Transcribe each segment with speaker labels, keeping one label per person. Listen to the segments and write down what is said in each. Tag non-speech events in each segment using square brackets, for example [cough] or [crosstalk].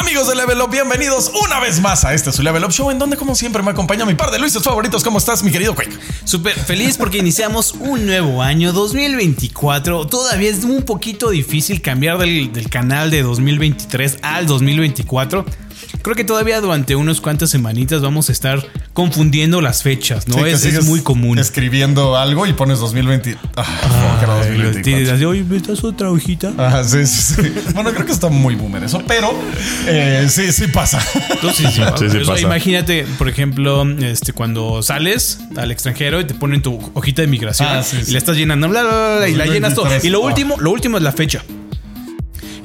Speaker 1: Amigos de Level Up, bienvenidos una vez más a este su Level Up Show, en donde, como siempre, me acompaña mi par de Luises favoritos. ¿Cómo estás, mi querido Quake?
Speaker 2: Súper feliz porque iniciamos un nuevo año, 2024. Todavía es un poquito difícil cambiar del, del canal de 2023 al 2024. Creo que todavía durante unas cuantas semanitas vamos a estar confundiendo las fechas, ¿no?
Speaker 1: Sí, que
Speaker 2: es, es
Speaker 1: sigues
Speaker 2: muy común.
Speaker 1: Escribiendo algo y pones 2020. Ah, ¿cómo que era
Speaker 2: Ay, lo
Speaker 1: 2024?
Speaker 2: tienes así, Oye, ¿me das otra hojita?
Speaker 1: Ah, sí, sí, sí. Bueno, creo que está muy boomer eso, pero eh, sí, sí pasa. [laughs]
Speaker 3: [laughs]
Speaker 2: Entonces, sí,
Speaker 3: Sí, sí
Speaker 2: eso,
Speaker 3: pasa.
Speaker 2: imagínate, por ejemplo, este, cuando sales al extranjero y te ponen tu hojita de migración
Speaker 1: Ah, sí, sí.
Speaker 2: y la estás llenando, bla, bla, bla, bla, y la llenas todo. Y lo
Speaker 1: 2023,
Speaker 2: último, lo último es la fecha.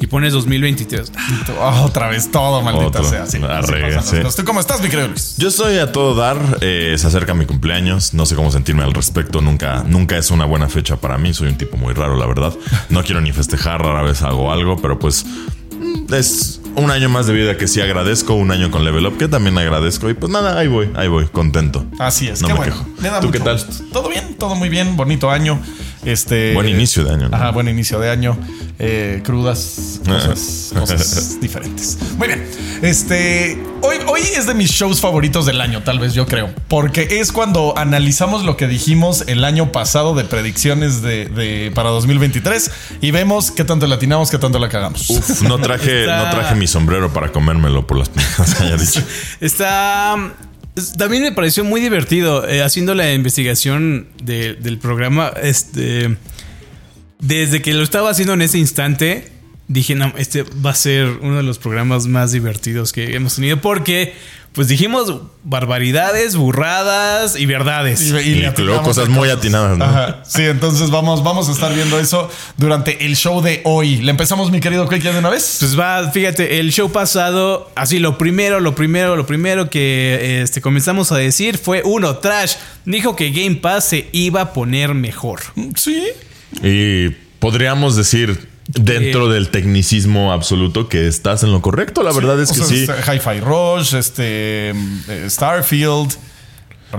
Speaker 2: Y pones 2023.
Speaker 1: Ah, otra vez todo, maldita
Speaker 3: Otro.
Speaker 1: sea. Sí,
Speaker 3: La
Speaker 1: sí
Speaker 3: rega,
Speaker 1: pasan las
Speaker 3: sí.
Speaker 1: cosas. ¿Tú cómo estás, mi querido Luis?
Speaker 3: Yo estoy a todo dar, eh, se acerca mi cumpleaños, no sé cómo sentirme al respecto, nunca, nunca es una buena fecha para mí, soy un tipo muy raro, la verdad. No quiero ni festejar, rara vez hago algo, pero pues mm, es un año más de vida que sí agradezco, un año con Level Up que también agradezco y pues nada, ahí voy, ahí voy, contento.
Speaker 1: Así es,
Speaker 3: No
Speaker 1: qué
Speaker 3: me
Speaker 1: bueno.
Speaker 3: quejo.
Speaker 1: Me da
Speaker 3: ¿Tú
Speaker 1: mucho
Speaker 3: qué tal?
Speaker 1: gusto. Todo bien, todo muy bien, bonito año. Este,
Speaker 3: Buen inicio de año, ¿no?
Speaker 1: Ajá, buen inicio de año. Eh, crudas, cosas,
Speaker 3: Ah. [laughs]
Speaker 1: cosas diferentes. Muy bien. Este, hoy, hoy es de mis shows favoritos del año, tal vez yo creo, porque es cuando analizamos lo que dijimos el año pasado de predicciones de, de- para 2023 y vemos qué tanto le atinamos, qué tanto la cagamos.
Speaker 3: Uf, no
Speaker 1: [laughs]
Speaker 3: traje,
Speaker 2: Está-
Speaker 3: no traje mi sombrero para comérmelo por las pendejadas que haya dicho.
Speaker 2: Está. es- También me pareció muy divertido eh, haciendo la investigación de- del programa. Este. Desde que lo estaba haciendo en ese instante, dije, no, este va a ser uno de los programas más divertidos que hemos tenido porque, pues dijimos barbaridades, burradas y verdades.
Speaker 3: Y,
Speaker 1: le
Speaker 3: luego
Speaker 1: atinamos
Speaker 3: cosas
Speaker 1: a
Speaker 3: muy atinadas, ¿no?
Speaker 1: Ajá. Sí, entonces vamos, vamos a estar viendo eso durante el show de hoy. ¿Le empezamos, mi querido Quick, ya de una vez?
Speaker 2: Pues va, fíjate, el show pasado, así lo primero, lo primero, lo primero que este, comenzamos a decir fue uno, Trash dijo que Game Pass se iba a poner mejor.
Speaker 1: Sí.
Speaker 3: Y podríamos decir dentro del tecnicismo absoluto que estás en lo correcto. La verdad es que
Speaker 1: O sea,
Speaker 3: sí.
Speaker 1: este, Hi-Fi Rush, este. eh, Starfield.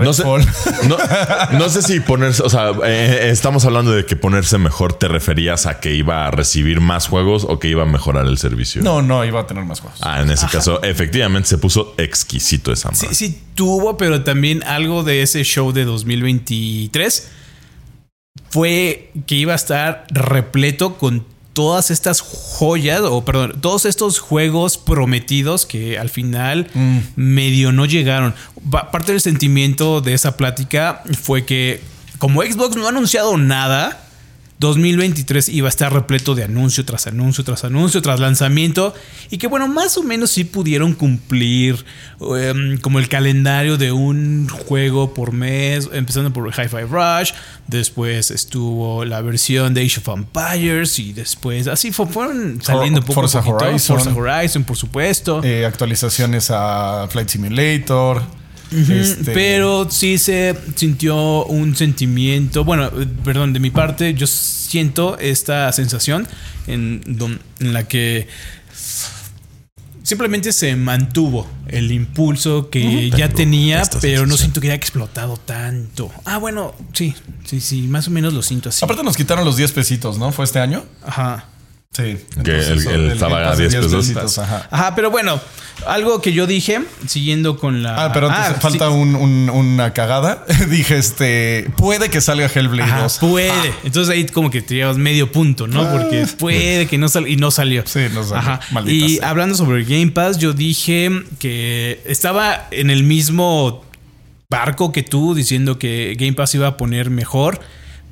Speaker 3: No sé,
Speaker 1: Redfall. [laughs]
Speaker 3: no, [laughs] no sé si ponerse, o sea, eh, estamos hablando de que ponerse mejor te referías a que iba a recibir más juegos o que iba a mejorar el servicio.
Speaker 1: No, no, iba a tener más juegos.
Speaker 3: Ah, en ese caso, efectivamente se puso exquisito esa madre.
Speaker 2: Sí, sí tuvo, pero también algo de ese show de 2023 fue que iba a estar repleto con todas estas joyas, o perdón, todos estos juegos prometidos que al final medio no llegaron. Pa- parte del sentimiento de esa plática fue que como Xbox no ha anunciado nada, 2023 iba a estar repleto de anuncio tras anuncio, tras anuncio, tras lanzamiento. Y que bueno, más o menos sí pudieron cumplir em, como el calendario de un juego por mes, empezando por Hi-Fi Rush, después estuvo la versión de Age of Empires y después así fue- fueron saliendo
Speaker 1: For-
Speaker 2: poco
Speaker 1: Forza
Speaker 2: a poquito.
Speaker 1: Horizon.
Speaker 2: Forza Horizon, por supuesto.
Speaker 1: Eh, actualizaciones a Flight Simulator. este,
Speaker 2: Mm, Pero sí se sintió un sentimiento, bueno, eh, perdón, de mi parte, yo siento esta sensación en, don- en la que simplemente se mantuvo el impulso que ya
Speaker 3: Tengo
Speaker 2: tenía,
Speaker 3: esta
Speaker 2: pero no
Speaker 3: sensación.
Speaker 2: siento que haya explotado tanto. Ah, bueno, sí, sí, sí, más o menos lo siento así.
Speaker 1: Aparte, nos quitaron los 10 pesitos, ¿no? ¿Fue este año?
Speaker 2: Ajá.
Speaker 1: Sí.
Speaker 3: Que el- el estaba a 10 pesos.
Speaker 1: Ajá.
Speaker 2: Ajá, pero bueno, algo que yo dije, siguiendo con la...
Speaker 1: Ah, pero antes
Speaker 2: sí,
Speaker 1: falta un- un- una cagada. [laughs] Dije, este, puede que salga Hellblade
Speaker 2: Ajá,
Speaker 1: 2.
Speaker 2: puede. Entonces ahí como que te llevas medio punto, ¿no? Porque puede que no salga y no salió.
Speaker 1: Sí, no salió.
Speaker 2: Ajá.
Speaker 1: Maldita
Speaker 2: Y
Speaker 1: sea.
Speaker 2: hablando sobre el Game Pass, yo dije que estaba en el mismo barco que tú diciendo que Game Pass iba a poner mejor.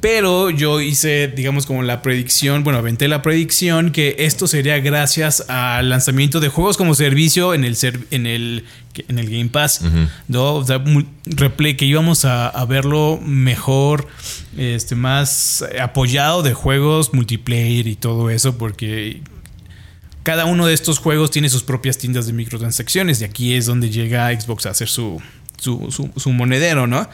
Speaker 2: Pero yo hice, digamos, como la predicción, bueno, aventé la predicción que esto sería gracias al lanzamiento de juegos como servicio en el, ser- en el, en el Game Pass, ¿no? O sea, mu- reple- que íbamos a, a verlo mejor, este, más apoyado de juegos multiplayer y todo eso, porque cada uno de estos juegos tiene sus propias tiendas de microtransacciones y aquí es donde llega Xbox a hacer su, su, su- su monedero, ¿no?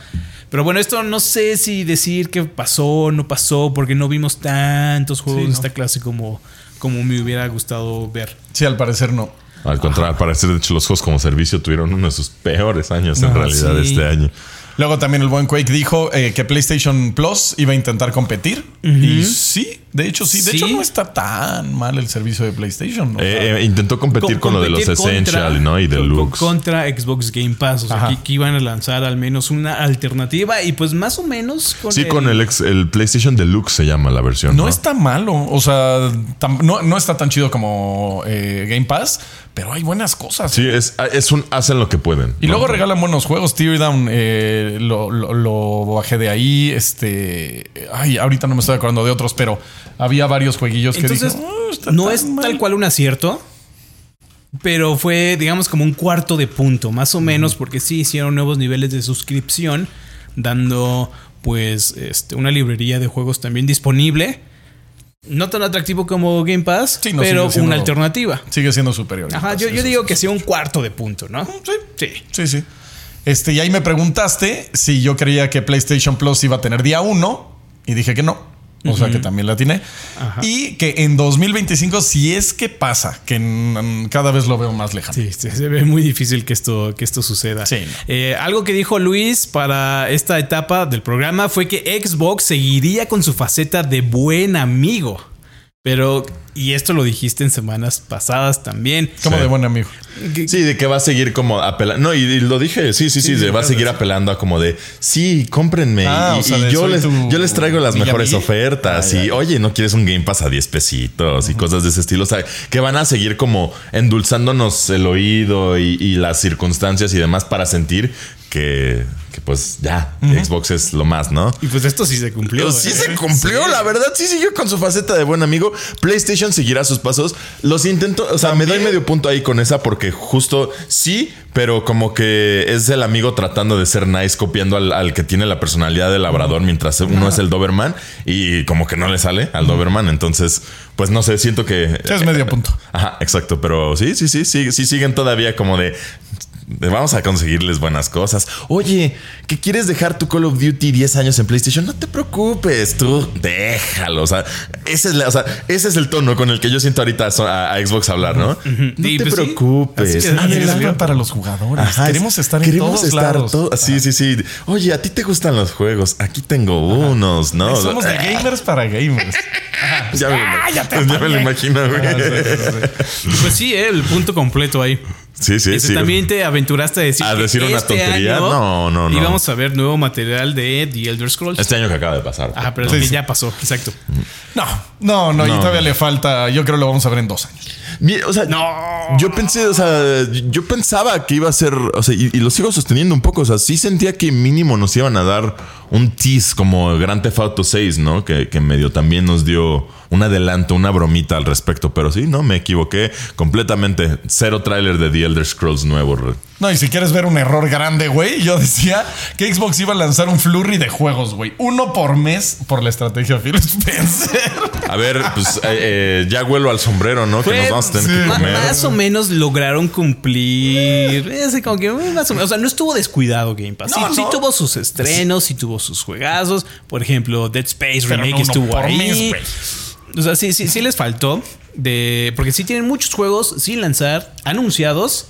Speaker 2: Pero bueno, esto no sé si decir que pasó, no pasó, porque no vimos tantos juegos
Speaker 1: Sí,
Speaker 2: de
Speaker 1: ¿no?
Speaker 2: esta clase como, como me hubiera gustado ver.
Speaker 1: Sí, al parecer no.
Speaker 3: Al contrario, para ser de hecho, los juegos como servicio tuvieron uno de sus peores años
Speaker 2: No,
Speaker 3: en realidad
Speaker 2: sí.
Speaker 3: este año.
Speaker 1: Luego también el buen Quake dijo eh, que PlayStation Plus iba a intentar competir. Y sí, de hecho sí. De
Speaker 2: Sí.
Speaker 1: hecho no está tan mal el servicio de PlayStation. o sea,
Speaker 3: Eh, eh, intentó competir con, lo de los
Speaker 2: competir
Speaker 3: Essential,
Speaker 2: contra-
Speaker 3: ¿no? Y
Speaker 2: con-
Speaker 3: Deluxe.
Speaker 2: Contra Xbox Game Pass. O sea,
Speaker 1: Ajá.
Speaker 2: que, que iban a lanzar al menos una alternativa. Y pues más o menos con
Speaker 3: sí, con el, ex- el PlayStation Deluxe se llama la versión.
Speaker 1: no,
Speaker 3: No,
Speaker 1: está malo. O sea, tam- no, no está tan chido como eh, Game Pass, pero hay buenas cosas.
Speaker 3: Sí, es, ah, es un hacen lo que pueden.
Speaker 1: Y
Speaker 3: ¿no?
Speaker 1: luego regalan buenos juegos. Teardown eh, lo, lo- lo bajé de ahí. Este. Ay, ahorita no me estoy acordando de otros, pero había varios jueguillos
Speaker 2: Entonces,
Speaker 1: que dije, "Oh, está
Speaker 2: no
Speaker 1: tan
Speaker 2: es
Speaker 1: mal".
Speaker 2: tal cual un acierto. Pero fue, digamos, como un cuarto de punto, más o menos, porque sí hicieron nuevos niveles de suscripción, dando pues este, una librería de juegos también disponible. No tan atractivo como Game Pass,
Speaker 1: Sí, no,
Speaker 2: pero
Speaker 1: sigue siendo-
Speaker 2: una alternativa.
Speaker 1: Sigue siendo superior.
Speaker 2: Ajá, yo,
Speaker 1: Entonces,
Speaker 2: yo
Speaker 1: eso
Speaker 2: digo
Speaker 1: sí.
Speaker 2: que sea un cuarto de punto, ¿no?
Speaker 1: Sí.
Speaker 2: Sí.
Speaker 1: Sí, sí. Este, y ahí me preguntaste si yo creía que PlayStation Plus iba a tener día 1 y dije que no. O sea que también la tiene.
Speaker 2: Ajá.
Speaker 1: Y que en 2025, si es que pasa, que mm, cada vez lo veo más lejano.
Speaker 2: Sí, sí, se ve muy difícil que esto, que esto suceda.
Speaker 1: Sí, no.
Speaker 2: Eh, algo que dijo Luis para esta etapa del programa fue que Xbox seguiría con su faceta de buen amigo. Pero, y esto lo dijiste en semanas pasadas también.
Speaker 1: Como
Speaker 3: Sí.
Speaker 1: de buen amigo.
Speaker 2: Que-
Speaker 3: Sí, de que va a seguir como apelando. No, y, y lo dije, sí, sí, sí, de- va a seguir apelando a como de, sí, cómprenme.
Speaker 1: Ah,
Speaker 3: y
Speaker 1: o sea,
Speaker 3: y
Speaker 1: de
Speaker 3: yo,
Speaker 1: soy
Speaker 3: les,
Speaker 1: tu
Speaker 3: yo les traigo las mejores
Speaker 1: Miyagi.
Speaker 3: ofertas.
Speaker 1: Ah,
Speaker 3: y,
Speaker 1: ya.
Speaker 3: oye, ¿no quieres un Game Pass a 10 pesitos? Y cosas de ese estilo. O sea, que van a seguir como endulzándonos el oído y, y las circunstancias y demás para sentir que, que pues ya, Xbox es lo más, ¿no?
Speaker 2: Y pues esto sí se cumplió.
Speaker 3: sí
Speaker 2: ¿eh?
Speaker 3: se cumplió, la verdad, sí siguió con su faceta de buen amigo. PlayStation seguirá sus pasos. Los intento, o sea, me doy medio punto ahí con esa porque justo sí, pero como que es el amigo tratando de ser nice, copiando al, al que tiene la personalidad de labrador mientras uno es el Doberman y como que no le sale al Doberman. Entonces, pues no sé, siento que...
Speaker 1: Es medio punto.
Speaker 3: Ajá, exacto, pero sí, sí, sí, sí, sí siguen todavía como de, de vamos a conseguirles buenas cosas. Oye, ¿que quieres dejar tu Call of Duty 10 años en PlayStation? No te preocupes, tú déjalo. O sea, ese es, la- o sea, ese es el tono con el que yo siento ahorita a, a Xbox hablar, ¿no? No
Speaker 2: Y
Speaker 3: te
Speaker 2: pues sí,
Speaker 3: preocupes.
Speaker 2: así que-
Speaker 1: Ah,
Speaker 2: Ándale,
Speaker 1: es
Speaker 2: Lalo.
Speaker 1: para los jugadores.
Speaker 3: Ajá,
Speaker 1: queremos
Speaker 3: es-
Speaker 1: estar en
Speaker 3: queremos
Speaker 1: todos
Speaker 3: estar
Speaker 1: lados.
Speaker 3: to- sí, sí, sí. Oye, ¿a ti te gustan los juegos? Aquí tengo unos, ¿no? eh, Ah,
Speaker 1: Somos de gamers para
Speaker 3: [laughs]
Speaker 1: gamers.
Speaker 3: Ya me, [laughs] ya me lo imagino, güey.
Speaker 1: Ah, sí, sí, sí.
Speaker 2: Pues sí, ¿eh? el punto completo ahí.
Speaker 3: Sí, sí,
Speaker 2: Ese
Speaker 3: sí.
Speaker 2: también te aventuraste a decir.
Speaker 3: A
Speaker 2: que este
Speaker 3: decir una tontería.
Speaker 2: año
Speaker 3: No, no, no.
Speaker 2: Íbamos a ver nuevo material de The Elder Scrolls.
Speaker 3: Este año que acaba de pasar.
Speaker 2: Ajá, Ah, pero
Speaker 3: ¿no?
Speaker 2: que ya pasó, exacto.
Speaker 1: No, no, no, y
Speaker 3: No.
Speaker 1: todavía le falta. Yo creo que lo vamos a ver en dos años.
Speaker 3: Mi- O sea,
Speaker 2: No.
Speaker 3: yo pensé, o sea, yo pensaba que iba a ser, o sea, y, y lo sigo sosteniendo un poco, o sea, sí sentía que mínimo nos iban a dar un tease como Grand Theft Auto 6, ¿no? Que, que medio también nos dio un adelanto, una bromita al respecto, pero sí, no, me equivoqué completamente. Cero tráiler de The Elder Scrolls nuevo. re-
Speaker 1: No, y si quieres ver un error grande, güey, yo decía que Xbox iba a lanzar un flurry de juegos, güey. Uno por mes por la estrategia Phil Spencer.
Speaker 3: A ver, pues [laughs] eh, eh, ya huelo al sombrero, ¿no?
Speaker 2: Fue-
Speaker 3: que nos vamos a tener que
Speaker 2: ma-
Speaker 3: comer.
Speaker 2: Más o menos lograron cumplir. Ese como que eh, más o menos. O sea, no estuvo descuidado Game Pass. sí,
Speaker 1: No,
Speaker 2: sí
Speaker 1: no.
Speaker 2: tuvo sus estrenos, sí tuvo sus juegazos. Por ejemplo, Dead Space
Speaker 1: Pero
Speaker 2: Remake
Speaker 1: no uno
Speaker 2: estuvo
Speaker 1: por
Speaker 2: ahí.
Speaker 1: mes, güey.
Speaker 2: o sea, sí, sí, sí les faltó. De, porque sí tienen muchos juegos sin lanzar, anunciados.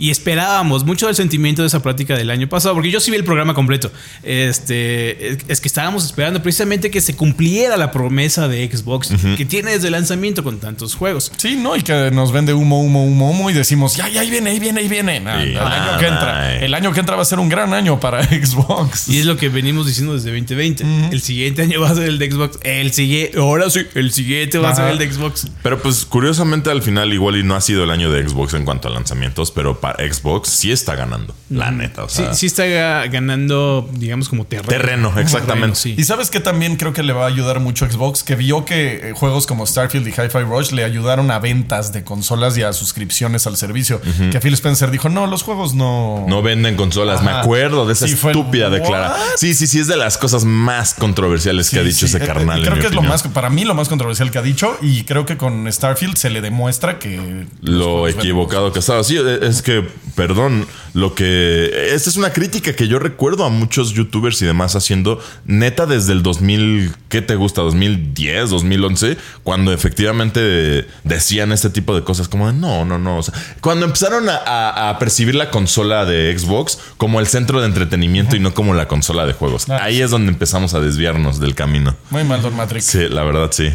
Speaker 2: Y esperábamos mucho del sentimiento de esa práctica del año pasado, porque yo sí vi el programa completo. Este, es- es que estábamos esperando precisamente que se cumpliera la promesa de Xbox que tiene desde el lanzamiento con tantos juegos.
Speaker 1: Sí, no, y que nos vende humo, humo, humo, humo y decimos, ya, ya, ahí viene, ahí viene, ahí viene. No,
Speaker 3: Sí.
Speaker 1: no, el año
Speaker 3: Ah,
Speaker 1: que entra.
Speaker 3: ay.
Speaker 1: El año que entra va a ser un gran año para [laughs] Xbox.
Speaker 2: Y es lo que venimos diciendo desde 2020. El siguiente año va a ser el de Xbox. El siguiente, ahora sí, el siguiente va a ser
Speaker 1: Ajá.
Speaker 2: el de Xbox.
Speaker 3: Pero pues curiosamente al final igual y no ha sido el año de Xbox en cuanto a lanzamientos, pero para Xbox sí está ganando. La neta, o
Speaker 2: Sí,
Speaker 3: sea.
Speaker 2: sí está ga- ganando, digamos, como terreno.
Speaker 3: Ah. Terreno,
Speaker 2: Como
Speaker 3: exactamente.
Speaker 2: sí.
Speaker 1: Y sabes que también creo que le va a ayudar mucho a Xbox, que vio que eh, juegos como Starfield y Hi-Fi Rush le ayudaron a ventas de consolas y a suscripciones al servicio. Que Phil Spencer dijo, no, los juegos no...
Speaker 3: No venden consolas. Me
Speaker 1: Ajá.
Speaker 3: acuerdo de esa
Speaker 1: Sí, fue el-
Speaker 3: estúpida declara.
Speaker 1: ¿What?
Speaker 3: Sí, sí, sí, es de las cosas más controversiales
Speaker 1: Sí,
Speaker 3: que ha dicho
Speaker 1: sí.
Speaker 3: ese
Speaker 1: Eh, eh,
Speaker 3: carnal. en
Speaker 1: Creo
Speaker 3: mi
Speaker 1: que es lo
Speaker 3: opinión.
Speaker 1: más, para mí, lo más controversial que ha dicho. Y creo que con Starfield se le demuestra que. los
Speaker 3: Lo
Speaker 1: juegos
Speaker 3: equivocado que estaba. Sí, e, es que que, perdón, lo que... Esta es una crítica que yo recuerdo a muchos youtubers y demás haciendo neta desde el 2000, ¿qué te gusta? 2010, 2011, cuando efectivamente decían este tipo de cosas como de, no, no, no. O sea, cuando empezaron a, a- a percibir la consola de Xbox como el centro de entretenimiento y no como la consola de juegos.
Speaker 1: Claro.
Speaker 3: Ahí es donde empezamos a desviarnos del camino.
Speaker 1: Muy mal, Don Matrix.
Speaker 3: Sí, la verdad, sí.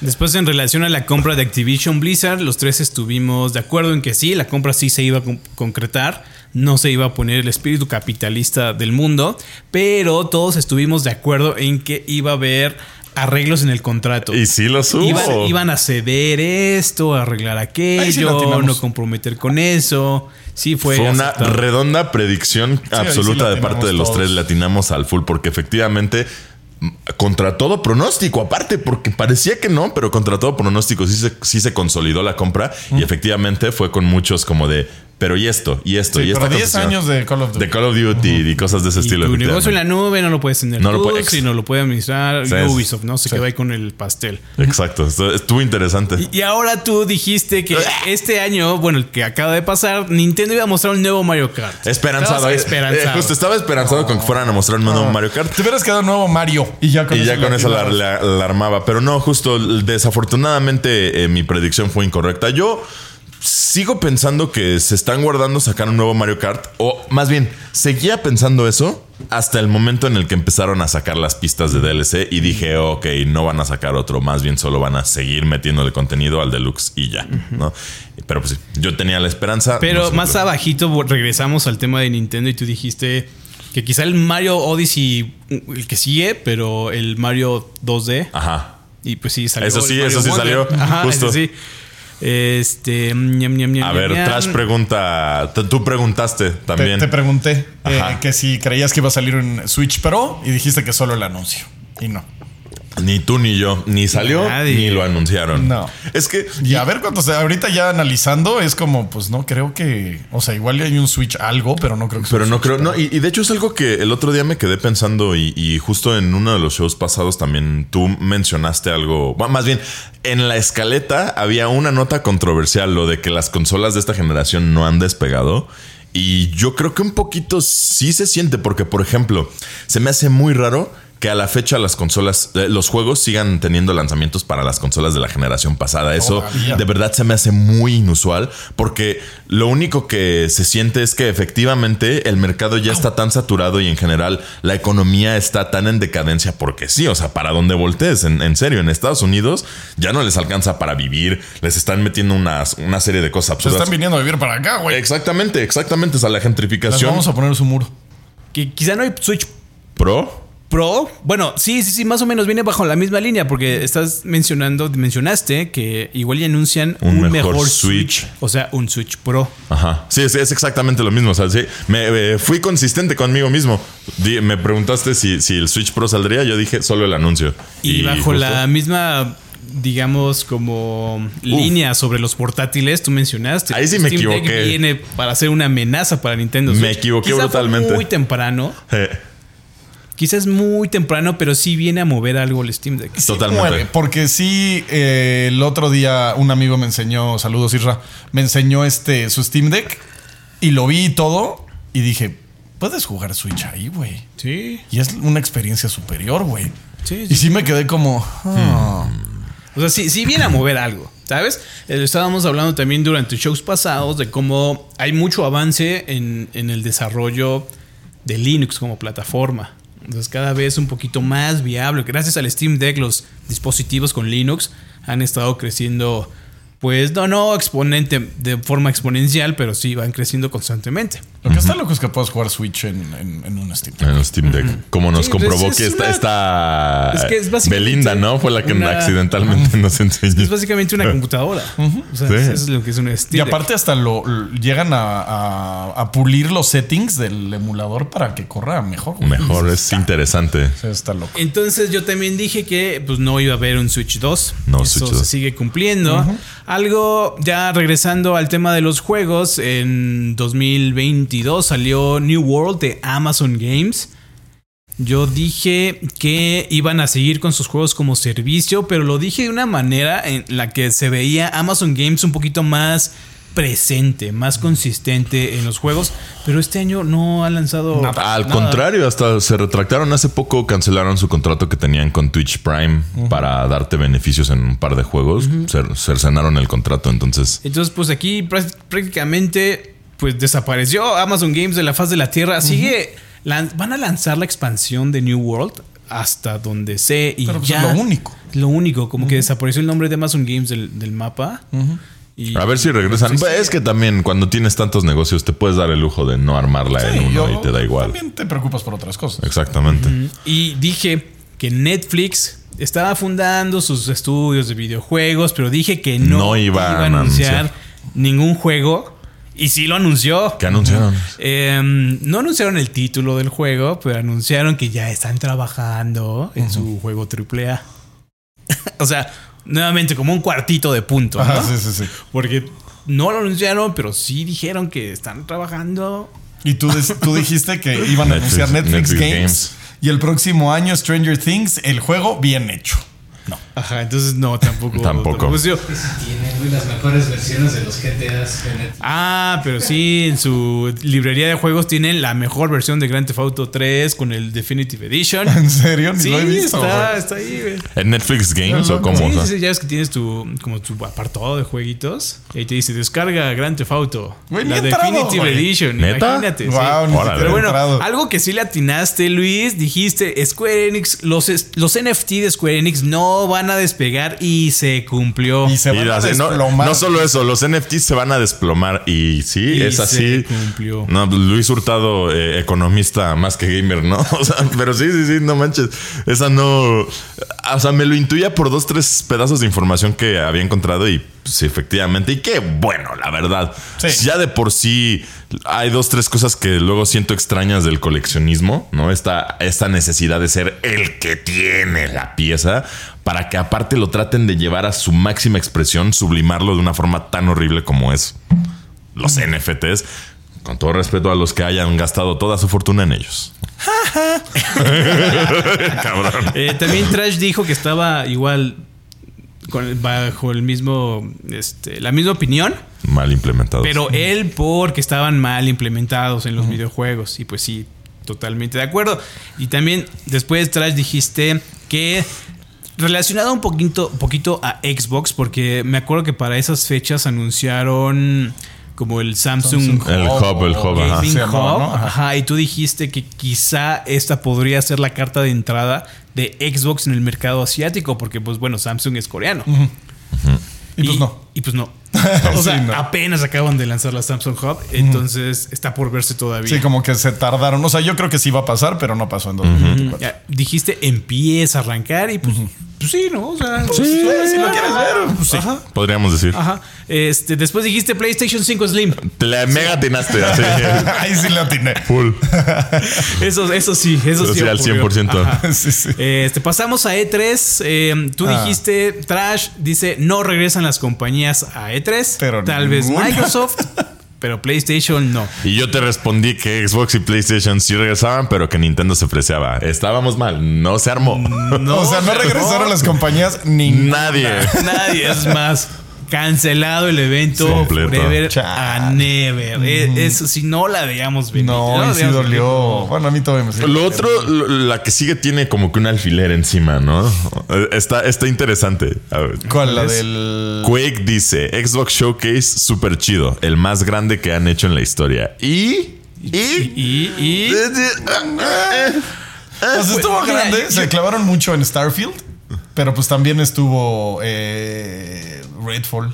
Speaker 2: Después, en relación a la compra de Activision Blizzard, los tres estuvimos de acuerdo en que sí, la compra sí se iba a con- concretar, no se iba a poner el espíritu capitalista del mundo, pero todos estuvimos de acuerdo en que iba a haber arreglos en el contrato.
Speaker 3: Y sí los hubo.
Speaker 2: Iban, iban a ceder esto, a arreglar
Speaker 1: Ahí sí le
Speaker 2: aquello,
Speaker 1: atinamos.
Speaker 2: no comprometer con eso. Sí, fue.
Speaker 3: Fue una
Speaker 2: aceptado.
Speaker 3: redonda predicción
Speaker 1: ahí sí
Speaker 3: absoluta
Speaker 1: le
Speaker 3: de parte de los
Speaker 1: atinamos
Speaker 3: tres.
Speaker 1: todos.
Speaker 3: Latinamos al full porque efectivamente mm, contra todo pronóstico, aparte porque parecía que no, pero contra todo pronóstico sí se, sí se consolidó la compra y efectivamente fue con muchos como de, pero y esto, y esto,
Speaker 1: Sí,
Speaker 3: y esta
Speaker 1: pero 10
Speaker 3: concesión
Speaker 1: años de Call of Duty.
Speaker 3: de Call of Duty y cosas de ese
Speaker 2: Y
Speaker 3: estilo.
Speaker 2: tu negocio en
Speaker 3: efectivamente.
Speaker 2: la nube no lo puedes tener
Speaker 3: No
Speaker 2: no
Speaker 3: lo
Speaker 2: tú,
Speaker 3: puede-
Speaker 2: sino lo puede administrar
Speaker 3: Sí, es-
Speaker 2: Ubisoft, ¿no? Se quedó ahí con el pastel.
Speaker 3: Exacto, esto estuvo interesante.
Speaker 2: Y- Y ahora tú dijiste
Speaker 3: [laughs]
Speaker 2: que este año, bueno, el que acaba de pasar, Nintendo iba a mostrar un nuevo Mario Kart.
Speaker 3: Esperanzado,
Speaker 2: Estabas
Speaker 3: eh.
Speaker 2: esperanzado.
Speaker 3: Eh, justo estaba esperanzado con que fueran a mostrar un nuevo Mario Kart.
Speaker 1: Ah. Te hubieras quedado nuevo Mario. Y ya con
Speaker 3: y
Speaker 1: eso,
Speaker 3: ya con
Speaker 1: le
Speaker 3: eso la,
Speaker 1: atinabas.
Speaker 3: la- la armaba. Pero no, justo desafortunadamente eh, mi predicción fue incorrecta. Yo sigo pensando que se están guardando sacar un nuevo Mario Kart. O más bien, seguía pensando eso hasta el momento en el que empezaron a sacar las pistas de DLC. Y dije, ok, no van a sacar otro. Más bien solo van a seguir metiéndole contenido al deluxe y ya. ¿no? Pero pues sí, yo tenía la esperanza. no
Speaker 2: Pero
Speaker 3: se me
Speaker 2: más
Speaker 3: cumplió.
Speaker 2: abajito bo- regresamos al tema de Nintendo y tú dijiste que quizá el Mario Odyssey, el que sigue, pero el Mario 2D.
Speaker 3: Ajá.
Speaker 2: Y pues sí, salió.
Speaker 3: Eso
Speaker 2: el
Speaker 3: sí,
Speaker 2: Mario
Speaker 3: eso sí
Speaker 2: Wonder.
Speaker 3: salió,
Speaker 2: Ajá,
Speaker 3: justo.
Speaker 2: eso sí. Este. ñam, ñam, ñam,
Speaker 3: A
Speaker 2: ñam,
Speaker 3: ver,
Speaker 2: ñam.
Speaker 3: Trash pregunta. t- Tú preguntaste
Speaker 1: Te,
Speaker 3: también.
Speaker 1: te pregunté eh,
Speaker 3: Ajá.
Speaker 1: que si creías que iba a salir un Switch Pro y dijiste que solo el anuncio. Y no.
Speaker 3: Ni tú ni yo, ni salió,
Speaker 2: Nadie.
Speaker 3: ni lo anunciaron.
Speaker 1: No.
Speaker 3: Es que
Speaker 1: Y a ver cuánto se. Ahorita ya analizando, es como, pues no creo que. O sea, igual hay un Switch algo, pero no creo que sea
Speaker 3: Pero
Speaker 1: un
Speaker 3: no
Speaker 1: Switch
Speaker 3: creo, no, y, y de hecho es algo que el otro día me quedé pensando y, y justo en uno de los shows pasados también tú mencionaste algo, bueno, más bien, en la escaleta había una nota controversial, lo de que las consolas de esta generación no han despegado. Y yo creo que un poquito sí se siente, porque por ejemplo, se me hace muy raro que a la fecha las consolas, eh, los juegos sigan teniendo lanzamientos para las consolas de la generación pasada. Eso
Speaker 1: Todavía.
Speaker 3: de verdad se me hace muy inusual porque lo único que se siente es que efectivamente el mercado ya está tan saturado y en general la economía está tan en decadencia porque sí, o sea, para donde voltees, en, en serio, en Estados Unidos ya no les alcanza para vivir, les están metiendo unas, una serie de cosas
Speaker 1: Se
Speaker 3: absurdas.
Speaker 1: están viniendo a vivir para acá, güey.
Speaker 3: Exactamente, exactamente, o sea, la
Speaker 1: Las
Speaker 3: gentrificación
Speaker 1: vamos a poner su muro.
Speaker 2: Que quizá no hay Switch
Speaker 3: pro.
Speaker 2: Pro, bueno, sí, sí, sí, más o menos viene bajo la misma línea, porque estás mencionando, mencionaste que igual ya anuncian
Speaker 3: Un
Speaker 2: un,
Speaker 3: mejor
Speaker 2: mejor,
Speaker 3: Switch.
Speaker 2: Switch. o sea, un Switch Pro.
Speaker 3: Ajá. Sí, es, es exactamente lo mismo. O sea, sí, me, eh, fui consistente conmigo mismo. Di- me preguntaste si, si el Switch Pro saldría. Yo dije solo el anuncio.
Speaker 2: Y, bajo
Speaker 3: justo-
Speaker 2: la misma, digamos, como línea sobre los portátiles, tú mencionaste.
Speaker 3: Ahí sí me
Speaker 2: Steam Deck
Speaker 3: equivoqué.
Speaker 2: viene para ser una amenaza para Nintendo
Speaker 3: Me
Speaker 2: Switch.
Speaker 3: equivoqué
Speaker 2: Quizá fue
Speaker 3: brutalmente.
Speaker 2: muy temprano,
Speaker 3: Eh,
Speaker 2: quizás muy temprano, pero sí viene a mover algo el Steam Deck.
Speaker 1: Sí
Speaker 3: Totalmente.
Speaker 1: mueve, porque sí, eh, el otro día un amigo me enseñó, saludos Isra, me enseñó este su Steam Deck y lo vi y todo y dije, puedes jugar Switch ahí, güey.
Speaker 2: Sí,
Speaker 1: Y es una experiencia superior, güey.
Speaker 2: sí,
Speaker 1: Y sí me quedé como... ah.
Speaker 2: O sea, sí, sí viene a mover algo, ¿sabes? Eh, Estábamos hablando también durante shows pasados de cómo hay mucho avance en, en el desarrollo de Linux como plataforma. Entonces cada vez un poquito más viable. Gracias al Steam Deck los dispositivos con Linux han estado creciendo, pues no, no exponente, de forma exponencial, pero sí van creciendo constantemente.
Speaker 1: Lo que está loco es que puedas jugar Switch en, en- en un Steam Deck.
Speaker 3: En el Steam Deck. Como nos
Speaker 2: Sí, pues
Speaker 3: comprobó
Speaker 2: es
Speaker 3: que esta,
Speaker 2: una-
Speaker 3: esta
Speaker 2: Es que es básicamente
Speaker 3: Belinda, ¿no? Fue la que
Speaker 2: una-
Speaker 3: accidentalmente nos enseñó.
Speaker 2: Es básicamente una computadora. O sea,
Speaker 3: Sí.
Speaker 2: eso es lo que es un
Speaker 1: Y
Speaker 2: Steam Deck.
Speaker 1: aparte hasta lo, lo- llegan a, a- a pulir los settings del emulador para que corra mejor. güey.
Speaker 3: Mejor, es interesante.
Speaker 1: O sea, está
Speaker 3: Eh,
Speaker 1: loco.
Speaker 2: Entonces yo también dije que pues no iba a haber un Switch 2.
Speaker 3: No,
Speaker 2: Eso
Speaker 3: Switch
Speaker 2: se
Speaker 3: 2.
Speaker 2: sigue cumpliendo. Algo ya regresando al tema de los juegos, en 2022 salió New World de Amazon Games. Yo dije que iban a seguir con sus juegos como servicio, pero lo dije de una manera en la que se veía Amazon Games un poquito más presente, más consistente en los juegos, pero este año no ha lanzado
Speaker 3: Al
Speaker 2: nada.
Speaker 3: contrario, hasta se retractaron. Hace poco cancelaron su contrato que tenían con Twitch Prime para darte beneficios en un par de juegos. Cer- cercenaron el contrato, entonces.
Speaker 2: Entonces, pues aquí prá- prácticamente pues desapareció Amazon Games de la faz de la Tierra. Sigue lan- van a lanzar la expansión de New World hasta donde sé y
Speaker 1: Pero, pues,
Speaker 2: ya
Speaker 1: es lo único.
Speaker 2: Lo único, como que desapareció el nombre de Amazon Games del, del mapa. Y-
Speaker 3: A ver si regresan.
Speaker 2: Sí, sí.
Speaker 3: Pues es que también cuando tienes tantos negocios te puedes dar el lujo de no armarla
Speaker 1: Sí,
Speaker 3: en uno
Speaker 1: yo-
Speaker 3: y te da igual.
Speaker 1: También te preocupas por otras cosas.
Speaker 3: Exactamente.
Speaker 2: Y dije que Netflix estaba fundando sus estudios de videojuegos, pero dije que no,
Speaker 3: No iban a anunciar.
Speaker 2: ningún juego. Y sí lo anunció.
Speaker 3: ¿Qué anunciaron?
Speaker 2: Eh, no anunciaron el título del juego, pero anunciaron que ya están trabajando en su juego AAA. [laughs] o sea, nuevamente como un cuartito de punto.
Speaker 1: Ajá,
Speaker 2: ¿no?
Speaker 1: sí, sí, sí.
Speaker 2: Porque no lo anunciaron, pero sí dijeron que están trabajando.
Speaker 1: Y tú, des- tú dijiste que iban a
Speaker 3: Netflix-
Speaker 1: anunciar Netflix,
Speaker 3: Netflix
Speaker 1: Games,
Speaker 3: Games.
Speaker 1: y el próximo año Stranger Things, el juego bien hecho. [laughs]
Speaker 2: Ajá, entonces no, tampoco.
Speaker 3: Tampoco.
Speaker 2: Yo-
Speaker 4: Tienen güey, las mejores versiones de los GTAs en Netflix.
Speaker 2: Ah, pero sí, en su librería de juegos tienen la mejor versión de Grand Theft Auto 3 con el Definitive
Speaker 1: [laughs]
Speaker 2: Edition.
Speaker 1: En serio, ni
Speaker 2: Sí,
Speaker 1: lo he visto.
Speaker 2: está,
Speaker 1: güey.
Speaker 2: está ahí, güey.
Speaker 3: ¿En Netflix Games o cómo? O
Speaker 2: Sí,
Speaker 3: sea,
Speaker 2: sí, sí, ya ves que tienes tu, como tu apartado de jueguitos. Y ahí te dice, descarga Grand Theft Auto.
Speaker 1: Güey, ni
Speaker 2: la
Speaker 1: he entrado,
Speaker 2: Definitive
Speaker 1: güey.
Speaker 2: Edition.
Speaker 3: ¿Neta?
Speaker 2: Imagínate. sí.
Speaker 1: Wow, ni
Speaker 3: Órale.
Speaker 1: siquiera he
Speaker 2: Pero bueno,
Speaker 1: entrado.
Speaker 2: algo que sí le atinaste, Luis, dijiste, Square Enix, los, es- los NFT de Square Enix no van a despegar y se cumplió.
Speaker 1: Y se
Speaker 3: y
Speaker 1: van a
Speaker 3: las- no,
Speaker 1: desplomar.
Speaker 3: no solo eso, los NFTs se van a desplomar y sí,
Speaker 2: Y
Speaker 3: es
Speaker 2: se
Speaker 3: así.
Speaker 2: cumplió.
Speaker 3: No, pues, Luis Hurtado, eh, economista más que gamer, ¿no? [laughs] O sea, pero sí, sí, sí, no manches. Esa no. O sea, me lo intuía por dos, tres pedazos de información que había encontrado y pues, sí, efectivamente. Y qué bueno, la verdad.
Speaker 1: Sí.
Speaker 3: Ya de por sí hay dos, tres cosas que luego siento extrañas del coleccionismo, ¿no? Esta, esta necesidad de ser el que tiene la pieza para que aparte lo traten de llevar a su máxima expresión, sublimarlo de una forma tan horrible como es los NFTs. Con todo respeto a los que hayan gastado toda su fortuna
Speaker 2: [laughs]
Speaker 3: en ellos. Cabrón.
Speaker 2: Eh, también Trash dijo que estaba igual con- bajo el mismo, este, la misma opinión,
Speaker 3: Mal implementados.
Speaker 2: pero él porque estaban mal implementados en los videojuegos. Y pues sí, totalmente de acuerdo. Y también después Trash dijiste que relacionado un poquito, poquito a Xbox, porque me acuerdo que para esas fechas anunciaron como el Samsung,
Speaker 1: Samsung Eh,
Speaker 3: el hub, el hub, ajá.
Speaker 2: Gaming
Speaker 1: Se llamaba,
Speaker 2: Hub.
Speaker 1: ¿no? Ajá.
Speaker 2: Ajá, y tú dijiste que quizá esta podría ser la carta de entrada de Xbox en el mercado asiático, porque pues bueno, Samsung es coreano.
Speaker 1: Y pues no. [laughs]
Speaker 2: Y pues no. o sea,
Speaker 1: Sí, no.
Speaker 2: apenas acaban de lanzar la Samsung Hub, entonces está por verse todavía.
Speaker 1: Sí, como que se tardaron. O sea, yo creo que sí va a pasar, pero no pasó en
Speaker 2: Mm,
Speaker 1: 2024.
Speaker 2: ya, dijiste empieza a arrancar y pues, pues sí, ¿no? O sea, pues,
Speaker 1: Sí,
Speaker 2: eh,
Speaker 1: si lo quieres ver, pues sí.
Speaker 2: Ajá.
Speaker 3: Podríamos decir.
Speaker 2: Ajá. Este, después dijiste PlayStation 5 Slim.
Speaker 3: Te la mega atinaste ah, así.
Speaker 2: [laughs]
Speaker 1: [laughs] Ahí sí la atiné.
Speaker 3: Full.
Speaker 2: Eso, eso sí, eso sí.
Speaker 3: Sí, al
Speaker 2: ocurrió.
Speaker 3: 100%.
Speaker 1: [laughs]
Speaker 2: Ajá.
Speaker 1: Sí, sí.
Speaker 2: Este, pasamos a E3. Eh, tú
Speaker 1: Ah.
Speaker 2: dijiste, Trash dice, no regresan las compañías a E3.
Speaker 1: Pero
Speaker 2: Tal
Speaker 1: ninguna. [laughs]
Speaker 2: vez Microsoft, pero PlayStation no.
Speaker 3: Y yo te respondí que Xbox y PlayStation sí regresaban, pero que Nintendo se freseaba. Estábamos mal, no se armó.
Speaker 2: Mm,
Speaker 1: o sea, no regresaron las compañías ni
Speaker 3: Nadie.
Speaker 2: [laughs] Nadie es más. Cancelado el evento
Speaker 3: Completo.
Speaker 2: Forever a
Speaker 1: Chale.
Speaker 2: Never. Eh, Eso si no la veíamos venir.
Speaker 1: No,
Speaker 2: la
Speaker 1: y sí
Speaker 2: veíamos venir.
Speaker 1: dolió. Bueno, a mí todavía me sigue
Speaker 3: Lo otro, lo- la que sigue tiene como que un alfiler encima, ¿no? Está, está interesante. A ver.
Speaker 1: ¿Cuál? La
Speaker 2: es?
Speaker 1: del.
Speaker 3: Quake dice, Xbox Showcase super chido, el más grande que han hecho en la historia. Y... Y...
Speaker 2: Y, y-
Speaker 1: [laughs] Pues estuvo
Speaker 2: Mira,
Speaker 1: grande.
Speaker 2: yo-
Speaker 1: se clavaron mucho en Starfield. Pero pues también estuvo eh, Redfall.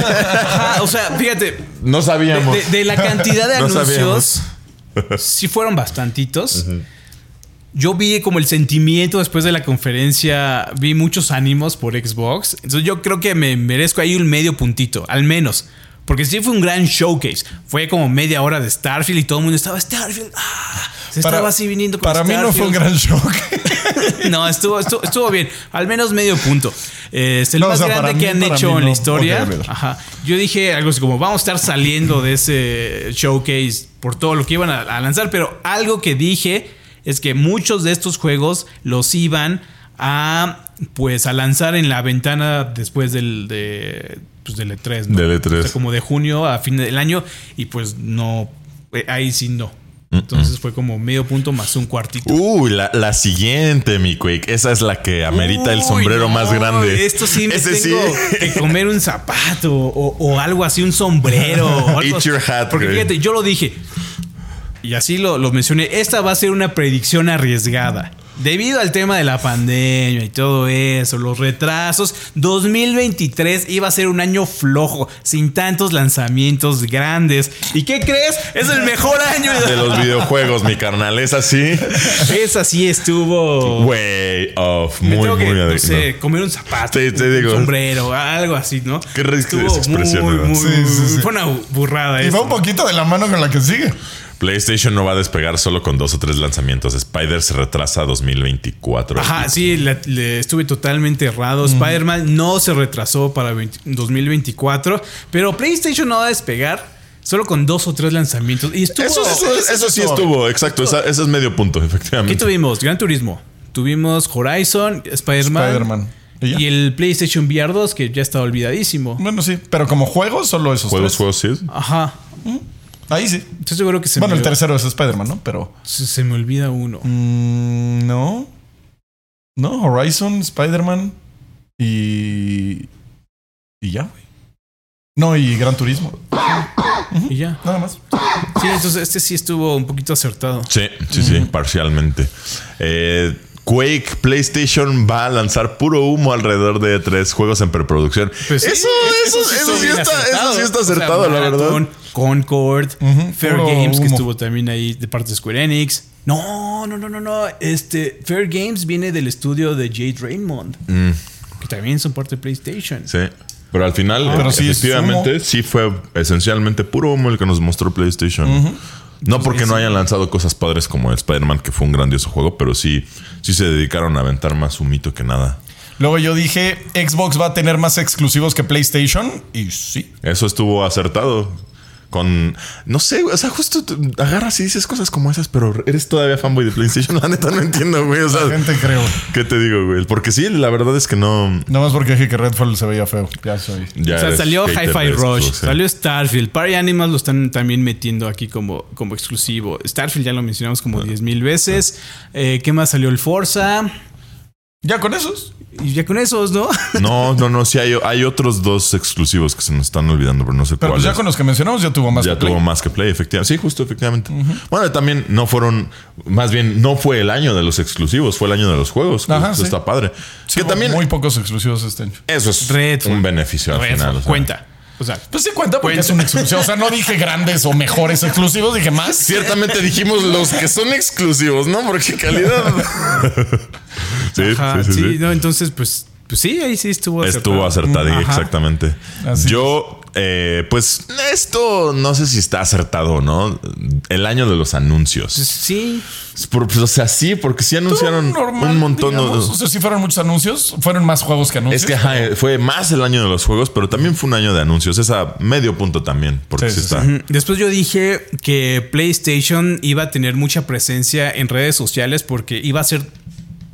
Speaker 2: ajá, o sea, fíjate,
Speaker 3: No sabíamos.
Speaker 1: [laughs]
Speaker 2: De, de la cantidad de
Speaker 3: No
Speaker 2: anuncios, sí fueron bastantitos. Yo vi como el sentimiento después de la conferencia, vi muchos ánimos por Xbox. Entonces yo creo que me merezco ahí un medio puntito, al menos. Porque sí fue un gran showcase. Fue como media hora de Starfield y todo el mundo estaba Starfield. ah", se estaba así viniendo con
Speaker 1: Para mí no fue un
Speaker 2: Starfield.
Speaker 1: gran shock. [laughs]
Speaker 2: [laughs] No, estuvo, estuvo, estuvo bien. Al menos medio punto. Eh, Es el
Speaker 1: No, o
Speaker 2: más
Speaker 1: sea,
Speaker 2: grande
Speaker 1: para
Speaker 2: que
Speaker 1: mí-
Speaker 2: han
Speaker 1: para
Speaker 2: hecho
Speaker 1: mí
Speaker 2: en la
Speaker 1: no.
Speaker 2: historia.
Speaker 1: Ok, ok.
Speaker 2: Ajá. Yo dije algo así como, vamos a estar saliendo de ese showcase por todo lo que iban a, a lanzar. Pero algo que dije es que muchos de estos juegos los iban a, pues, a lanzar en la ventana después del... De, pues del E3, ¿no?
Speaker 1: E
Speaker 3: Del E3.
Speaker 2: O sea, como de junio a fin del año y pues no, eh, ahí sí no. Entonces fue como medio punto más un cuartito.
Speaker 3: Uy, la, la siguiente, mi Quake. Esa es la que amerita el
Speaker 2: Uy,
Speaker 3: sombrero
Speaker 2: no,
Speaker 3: más grande.
Speaker 2: Esto sí me
Speaker 3: [laughs] Ese sí.
Speaker 2: tengo que
Speaker 3: [laughs]
Speaker 2: comer un zapato o, o algo así, un
Speaker 3: [laughs]
Speaker 2: sombrero. o algo
Speaker 3: Eat your
Speaker 2: así.
Speaker 3: hat,
Speaker 2: Porque
Speaker 3: güey.
Speaker 2: fíjate, yo lo dije. Y así lo, lo mencioné. Esta va a ser una predicción arriesgada. Debido al tema de la pandemia y todo eso, los retrasos, 2023 iba a ser un año flojo, sin tantos lanzamientos grandes. ¿Y qué crees? Es el mejor
Speaker 3: [laughs]
Speaker 2: año
Speaker 3: de los videojuegos, mi carnal. Es
Speaker 2: [laughs]
Speaker 3: así.
Speaker 2: Esa sí estuvo.
Speaker 3: Way off.
Speaker 2: Me
Speaker 3: Muy,
Speaker 2: tengo
Speaker 3: muy
Speaker 2: que, no
Speaker 3: adicto.
Speaker 2: sé, comer un zapato,
Speaker 3: Sí, sí,
Speaker 2: un
Speaker 3: [laughs] digo.
Speaker 2: sombrero, algo así, ¿no?
Speaker 3: Qué rica
Speaker 2: Estuvo
Speaker 3: esa expresión,
Speaker 2: muy,
Speaker 3: ¿verdad?
Speaker 2: muy-
Speaker 1: Sí, sí, sí.
Speaker 2: Fue una burrada
Speaker 1: Y va
Speaker 2: esto.
Speaker 1: un poquito de la mano con la que sigue.
Speaker 3: PlayStation no va a despegar solo con dos o tres lanzamientos. Spider se retrasa a 2024.
Speaker 2: Ajá, sí, la- le estuve totalmente errado. Spider-Man no se retrasó para 20 2024, pero PlayStation no va a despegar solo con dos o tres lanzamientos. Y estuvo...
Speaker 3: Eso, eso-
Speaker 1: eso-
Speaker 3: eso sí
Speaker 1: eso-
Speaker 3: estuvo, exacto. Esa- Ese es medio punto,
Speaker 2: ¿Qué
Speaker 3: efectivamente.
Speaker 2: tuvimos? Gran Turismo. Tuvimos Horizon, Spider-Man
Speaker 1: Spider-Man. ¿Y ya?
Speaker 2: y el PlayStation VR 2 que ya está olvidadísimo.
Speaker 1: Bueno, sí, pero como juegos, solo esos. tres.
Speaker 3: Juegos, juegos, sí.
Speaker 2: Ajá.
Speaker 1: Ahí sí.
Speaker 2: Estoy seguro que se
Speaker 1: bueno,
Speaker 2: me
Speaker 1: el
Speaker 2: olvidó.
Speaker 1: tercero es Spider-Man, ¿no? Pero.
Speaker 2: Se, se me olvida uno.
Speaker 1: mm, no. No, Horizon, Spider-Man y. Y ya, güey. No, y Gran Turismo.
Speaker 2: Y ya.
Speaker 1: Nada más.
Speaker 2: Sí, entonces este sí estuvo un poquito acertado.
Speaker 3: Sí, sí, sí, parcialmente. Eh, Quake, PlayStation va a lanzar puro humo alrededor de tres juegos en preproducción.
Speaker 2: Pues sí,
Speaker 3: eso, e-, eso, eso,
Speaker 2: estuvo
Speaker 3: sí
Speaker 2: bien
Speaker 3: está, eso sí está
Speaker 2: O sea,
Speaker 3: acertado, la verdad.
Speaker 2: Marathon, Concord,
Speaker 1: Ujú,
Speaker 2: Fair
Speaker 1: puro
Speaker 2: Games, que
Speaker 1: humo.
Speaker 2: estuvo también ahí de parte de Square Enix. No, no, no, no, no. Este, Fair Games viene del estudio de Jade Raymond.
Speaker 3: Mm.
Speaker 2: Que también son parte de PlayStation.
Speaker 3: Sí. Pero al final,
Speaker 1: Pero
Speaker 3: eh,
Speaker 1: sí es
Speaker 3: efectivamente, sí fue esencialmente puro humo el que nos mostró PlayStation. No porque no hayan lanzado cosas padres como el Spider-Man, que fue un grandioso juego, pero sí, sí se dedicaron a aventar más humito que nada.
Speaker 1: Luego yo dije, Xbox va a tener más exclusivos que PlayStation. Y sí.
Speaker 3: Eso estuvo acertado. Con. No sé, güey, o sea, justo te agarras y dices cosas como esas, pero eres todavía fanboy de PlayStation. [laughs] La neta no entiendo, güey. O
Speaker 1: [laughs]
Speaker 3: sea,
Speaker 1: Gente, creo.
Speaker 3: ¿qué te digo, güey? Porque sí, la verdad es que no.
Speaker 1: Nada más porque dije que Redfall se veía feo. Ya soy.
Speaker 3: ya
Speaker 2: o sea,
Speaker 3: eres
Speaker 2: salió
Speaker 3: hater
Speaker 2: Hi-Fi
Speaker 3: de Xbox,
Speaker 2: Rush,
Speaker 3: sí.
Speaker 2: salió Starfield. Party Animals lo están también metiendo aquí como, como exclusivo. Starfield ya lo mencionamos
Speaker 3: Ah.
Speaker 2: como 10.000 veces. Eh, ¿Qué más salió el Forza?
Speaker 1: Ya con esos.
Speaker 2: Y ya con esos, ¿no? [laughs]
Speaker 3: No, no, no, sí hay, hay otros dos exclusivos que se nos están olvidando, pero no sé
Speaker 1: Pero pues
Speaker 3: cuáles.
Speaker 1: ya con los que mencionamos ya tuvo más.
Speaker 3: ya
Speaker 1: que Play.
Speaker 3: tuvo más que Play, efectivamente. Sí, justo, efectivamente. Bueno, también no fueron, más bien, no fue el año de los exclusivos, fue el año de los juegos. que
Speaker 1: Ajá,
Speaker 3: eso
Speaker 1: sí.
Speaker 3: está padre.
Speaker 1: Sí,
Speaker 3: que también
Speaker 1: Muy pocos exclusivos este año.
Speaker 3: eso es
Speaker 2: Redfall.
Speaker 3: un beneficio al final. o sea.
Speaker 2: Cuenta. O sea,
Speaker 1: Pues sí cuenta porque
Speaker 2: Cuenta.
Speaker 1: es una exclusión. O sea, no dije grandes o mejores exclusivos, dije más.
Speaker 3: Ciertamente dijimos los que son exclusivos, ¿no? Porque calidad. sí,
Speaker 2: ajá,
Speaker 3: sí, sí, sí.
Speaker 2: no, entonces, pues, pues sí, ahí sí estuvo
Speaker 3: Estuvo acertado,
Speaker 2: Ajá.
Speaker 3: exactamente.
Speaker 1: Así
Speaker 3: Yo, eh, pues esto no sé si está acertado o no. El año de los anuncios.
Speaker 2: Pues sí.
Speaker 3: Por- pues, o sea, sí, porque sí anunciaron
Speaker 1: Normal,
Speaker 3: un montón de-
Speaker 1: digamos. O sea, sí fueron muchos anuncios, fueron más juegos que anuncios.
Speaker 3: Es que ajá, eh, fue más el año de los juegos, pero también fue un año de anuncios. Es a medio punto también, porque
Speaker 1: Sí,
Speaker 3: sí
Speaker 1: sí,
Speaker 3: está.
Speaker 2: Mm, Después yo dije que PlayStation iba a tener mucha presencia en redes sociales porque iba a ser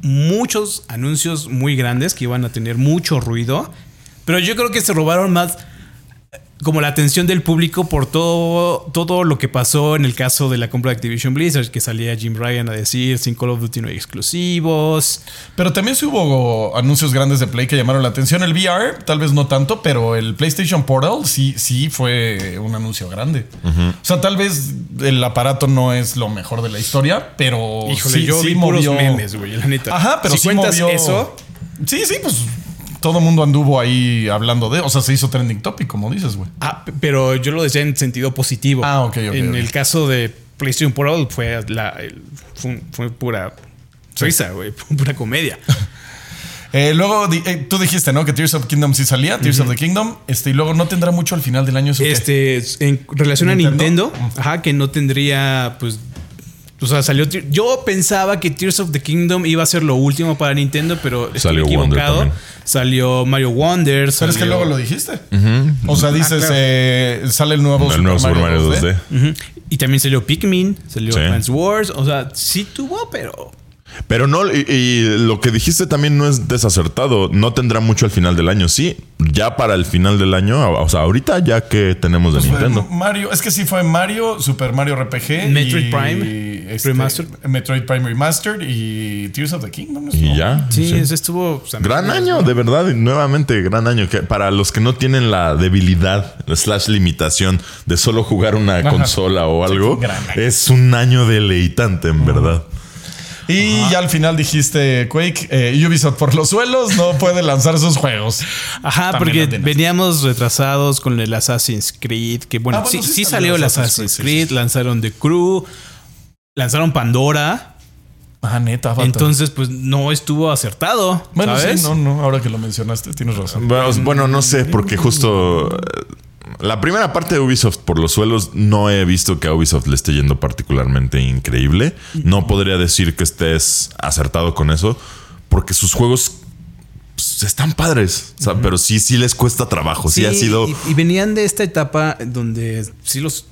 Speaker 2: muchos anuncios muy grandes que iban a tener mucho ruido. Pero yo creo que se robaron más eh, como la atención del público por todo, todo lo que pasó en el caso de la compra de Activision Blizzard, que salía Jim Ryan a decir sin Call of Duty no hay exclusivos.
Speaker 1: Pero también sí hubo anuncios grandes de Play que llamaron la atención. El VR, tal vez no tanto, pero el PlayStation Portal sí, sí fue un anuncio grande. O sea, tal vez el aparato no es lo mejor de la historia, pero
Speaker 2: Híjole,
Speaker 1: sí,
Speaker 2: yo
Speaker 1: sí
Speaker 2: vi
Speaker 1: movió.
Speaker 2: puros memes, güey, la neta.
Speaker 1: Ajá, pero
Speaker 2: si
Speaker 1: sí
Speaker 2: cuentas
Speaker 1: movió-
Speaker 2: eso,
Speaker 1: Sí, sí, pues todo mundo anduvo ahí hablando de. O sea, se hizo trending topic, como dices, güey.
Speaker 2: Ah, p- pero yo lo decía en sentido positivo.
Speaker 1: Ah, ok, ok,
Speaker 2: En
Speaker 1: ok.
Speaker 2: el caso de PlayStation Portal fue, la, el- fue, un- fue pura risa, güey, [laughs] pura
Speaker 1: [laughs]
Speaker 2: comedia.
Speaker 1: Eh, luego di- eh, tú dijiste, ¿no? Que Tears of Kingdom sí salía, Tears of the Kingdom. Este, y luego no tendrá mucho al final del año. ¿eso qué?
Speaker 2: Este, en relación
Speaker 1: ¿Nintendo?
Speaker 2: a Nintendo, ajá, que no tendría, pues, o sea, salió. Tear- Yo pensaba que Tears of the Kingdom iba a ser lo último para Nintendo, pero estuve
Speaker 3: Salió Wonder
Speaker 2: equivocado.
Speaker 3: también.
Speaker 2: salió Mario Wonder.
Speaker 1: Pero es que
Speaker 2: salió- Ah,
Speaker 1: luego lo dijiste. O sea, dices,
Speaker 2: claro.
Speaker 1: eh, sale el nuevo,
Speaker 3: El nuevo Super Mario 2D.
Speaker 2: Ujú. Y también salió Pikmin, salió
Speaker 3: Sí.
Speaker 2: Advance Wars. O sea, sí tuvo, pero.
Speaker 3: Pero no, y, y lo que dijiste también no es desacertado. No tendrá mucho al final del año. Sí, ya para el final del año, o sea, ahorita ya que tenemos de
Speaker 1: Fue
Speaker 3: Nintendo.
Speaker 1: Mario, es que sí fue Mario, Super Mario RPG.
Speaker 2: Metroid
Speaker 1: y, este,
Speaker 2: Prime Remastered.
Speaker 1: Metroid Prime Remastered y Tears of the Kingdom. ¿no?
Speaker 3: Y ya.
Speaker 2: Sí,
Speaker 3: sí.
Speaker 2: ese estuvo. o sea,
Speaker 3: Gran año, de verdad, y nuevamente gran año. Que para los que no tienen la debilidad, slash limitación de solo jugar una consola o algo,
Speaker 1: gran año.
Speaker 3: es un año deleitante, en verdad.
Speaker 1: Y ya al final dijiste, Quake, eh, Ubisoft por los suelos no puede lanzar sus juegos.
Speaker 2: Ajá,
Speaker 1: También
Speaker 2: porque
Speaker 1: lo tienes.
Speaker 2: veníamos retrasados con el Assassin's Creed, que bueno,
Speaker 1: Ah, bueno,
Speaker 2: sí,
Speaker 1: sí
Speaker 2: sí
Speaker 1: salió
Speaker 2: salió el
Speaker 1: Assassin's Creed,
Speaker 2: Assassin's
Speaker 1: sí,
Speaker 2: Creed,
Speaker 1: sí, sí.
Speaker 2: lanzaron The Crew, lanzaron Pandora,
Speaker 1: Ah, neta, Avatar.
Speaker 2: entonces pues no estuvo acertado,
Speaker 1: Bueno,
Speaker 2: ¿sabes?
Speaker 1: sí, no, no, ahora que lo mencionaste, tienes razón.
Speaker 3: Bueno, os- bueno, no sé, porque justo eh, la primera parte de Ubisoft por los suelos no he visto que a Ubisoft le esté yendo particularmente increíble. No podría decir que estés acertado con eso, porque sus juegos pues, están padres, o sea, pero sí, sí les cuesta trabajo. Sí, ha sido
Speaker 2: y, y venían de esta etapa donde sí los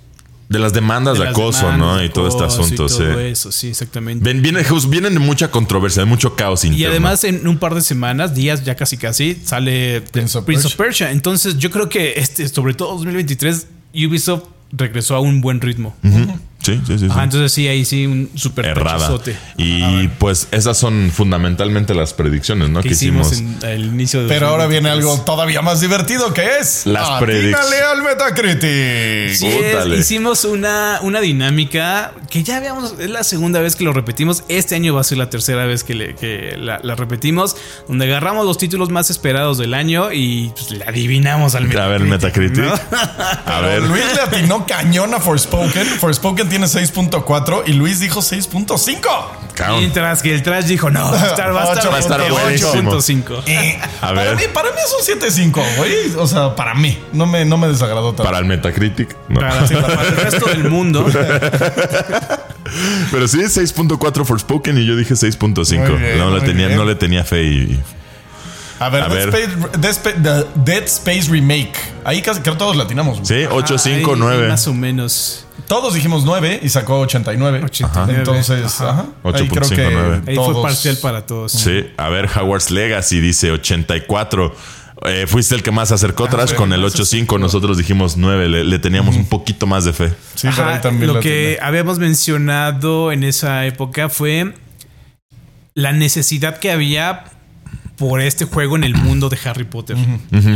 Speaker 3: de las demandas de,
Speaker 2: las
Speaker 3: acoso,
Speaker 2: demandas,
Speaker 3: ¿no? Y todo este
Speaker 2: acoso y
Speaker 3: asunto. sí.
Speaker 2: todo eso, sí, exactamente.
Speaker 3: Ven- viene- just- vienen de mucha controversia, de mucho caos interno.
Speaker 2: Y además en un par de semanas, días ya casi casi, sale Prince
Speaker 1: of
Speaker 2: of, Persia. Entonces yo creo que este, sobre todo 2023, Ubisoft regresó a un buen ritmo.
Speaker 3: Ujú. Sí, sí, sí. sí.
Speaker 2: Ajá, entonces sí, ahí sí, un super
Speaker 3: Errada.
Speaker 2: tachazote
Speaker 3: Y pues esas son fundamentalmente las predicciones, ¿no?
Speaker 2: que
Speaker 3: Que
Speaker 2: hicimos,
Speaker 3: hicimos.
Speaker 2: en el inicio de
Speaker 1: Pero ahora viene algo
Speaker 2: 2023.
Speaker 1: todavía más divertido que es.
Speaker 3: Las
Speaker 1: Atínale
Speaker 3: predicciones.
Speaker 1: al Metacritic.
Speaker 2: Sí, es,
Speaker 3: Útale.
Speaker 2: hicimos una, una dinámica que ya habíamos, es la segunda vez que lo repetimos, este año va a ser la tercera vez que, le- que la, la repetimos, donde agarramos los títulos más esperados del año y pues, le adivinamos al
Speaker 3: A ver, el Metacritic.
Speaker 2: ¿no?
Speaker 3: A ver.
Speaker 1: Pero Luis le
Speaker 3: [laughs]
Speaker 1: atinó cañón a Forspoken. Forspoken tiene 6.4 y Luis dijo 6.5.
Speaker 3: cabrón.
Speaker 2: Mientras que el trash dijo, no, va a estar, va a
Speaker 3: [laughs]
Speaker 2: estar,
Speaker 1: Va a estar
Speaker 2: 28.5.
Speaker 1: Eh,
Speaker 3: A
Speaker 1: Para
Speaker 3: ver.
Speaker 1: mí, para mí es un 7.5, güey. O sea, para mí. No me, no me desagradó tanto.
Speaker 3: Para el Metacritic. no.
Speaker 2: Para, sí, para el resto del mundo.
Speaker 3: [laughs] Pero sí, 6.4 Forspoken y yo dije 6.5.
Speaker 1: Muy bien,
Speaker 3: No, le
Speaker 1: muy
Speaker 3: tenía-
Speaker 1: bien.
Speaker 3: no le tenía fe y.
Speaker 1: A ver,
Speaker 3: A
Speaker 1: Dead,
Speaker 3: ver.
Speaker 1: Space, Dead Spa- The Dead Space Remake. Ahí casi creo todos latinamos. güey.
Speaker 3: Sí, 8.5,
Speaker 2: Ay,
Speaker 3: 9.
Speaker 2: Más o menos.
Speaker 1: Todos dijimos 9 y sacó 89.
Speaker 2: 89.
Speaker 1: Entonces, ajá. Ahí creo que
Speaker 3: 8.59.
Speaker 2: Ahí fue
Speaker 1: todos-
Speaker 2: parcial para todos.
Speaker 3: Sí, a ver, Howard's Legacy dice 84. Eh, fuiste el que más se acercó atrás
Speaker 1: fue
Speaker 3: con
Speaker 1: el
Speaker 3: el
Speaker 1: más
Speaker 3: 8.5. Nosotros dijimos 9. Le, le teníamos un poquito más de fe.
Speaker 1: Sí,
Speaker 2: Ajá,
Speaker 1: pero ahí también
Speaker 2: lo
Speaker 1: la
Speaker 2: que habíamos mencionado en esa época fue la necesidad que había por este juego en el mundo de Harry Potter.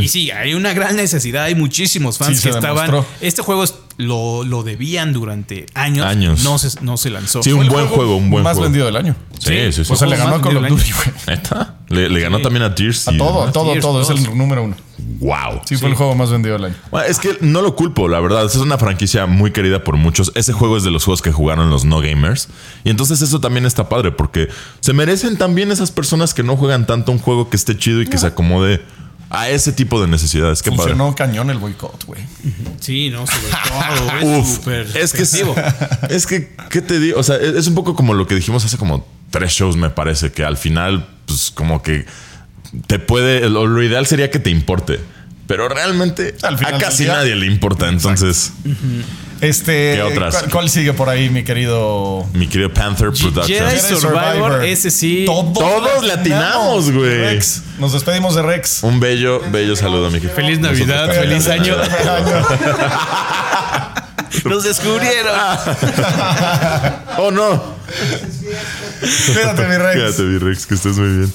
Speaker 2: Y sí, hay una gran necesidad, hay muchísimos fans
Speaker 1: Sí, se
Speaker 2: que estaban...
Speaker 1: demostró.
Speaker 2: Este juego es- lo, lo debían durante años.
Speaker 3: Años.
Speaker 2: No, se, no se lanzó.
Speaker 3: Sí,
Speaker 1: Fue
Speaker 3: un
Speaker 1: el
Speaker 3: buen juego, un buen
Speaker 1: más
Speaker 3: juego.
Speaker 1: vendido del año.
Speaker 3: Sí, sí, sí.
Speaker 1: O sea, le ganó a
Speaker 2: Más
Speaker 1: Call of
Speaker 2: vendido del
Speaker 1: Duty, güey.
Speaker 3: ¿Neta? Le, le ganó también a Tears.
Speaker 1: A todo, a todo,
Speaker 2: Tears
Speaker 1: todo. Es
Speaker 2: 2.
Speaker 1: el número uno.
Speaker 3: Wow.
Speaker 1: Sí, fue el juego más vendido del año.
Speaker 3: Bueno, Es que no lo culpo, la verdad. Es una franquicia muy querida por muchos. Ese juego es de los juegos que jugaron los no gamers. Y entonces eso también está padre, porque se merecen también esas personas que no juegan tanto un juego que esté chido y que se acomode a ese tipo de necesidades. Qué padre.
Speaker 1: Funcionó cañón el boicot, güey.
Speaker 2: Sí, no,
Speaker 3: [laughs]
Speaker 2: sobre todo. es
Speaker 3: Uf,
Speaker 2: súper
Speaker 3: es que sí.
Speaker 2: efectivo.
Speaker 3: Es que, ¿qué te digo? O sea, e-, es es un poco como lo que dijimos hace como tres shows, me parece, que al final, pues como que te puede, lo, lo ideal sería que te importe. Pero realmente
Speaker 1: Al final
Speaker 3: a
Speaker 1: del
Speaker 3: casi
Speaker 1: día.
Speaker 3: nadie le importa. Entonces,
Speaker 1: Este,
Speaker 3: ¿Qué otras?
Speaker 1: ¿cuál, cuál sigue por ahí, mi querido?
Speaker 3: mi querido Panther
Speaker 2: Jedi
Speaker 3: Productions.
Speaker 2: Survivor, ese sí.
Speaker 3: Todos le atinamos, güey.
Speaker 1: Rex. Nos despedimos de Rex.
Speaker 3: [laughs] Un bello, bello saludo, mi querido.
Speaker 2: Feliz
Speaker 3: Nosotros
Speaker 2: Navidad,
Speaker 3: también.
Speaker 2: feliz año.
Speaker 3: Nos descubrieron. [laughs] oh, no.
Speaker 1: Espérate, mi Rex.
Speaker 3: Quédate, mi Rex, que estés muy bien.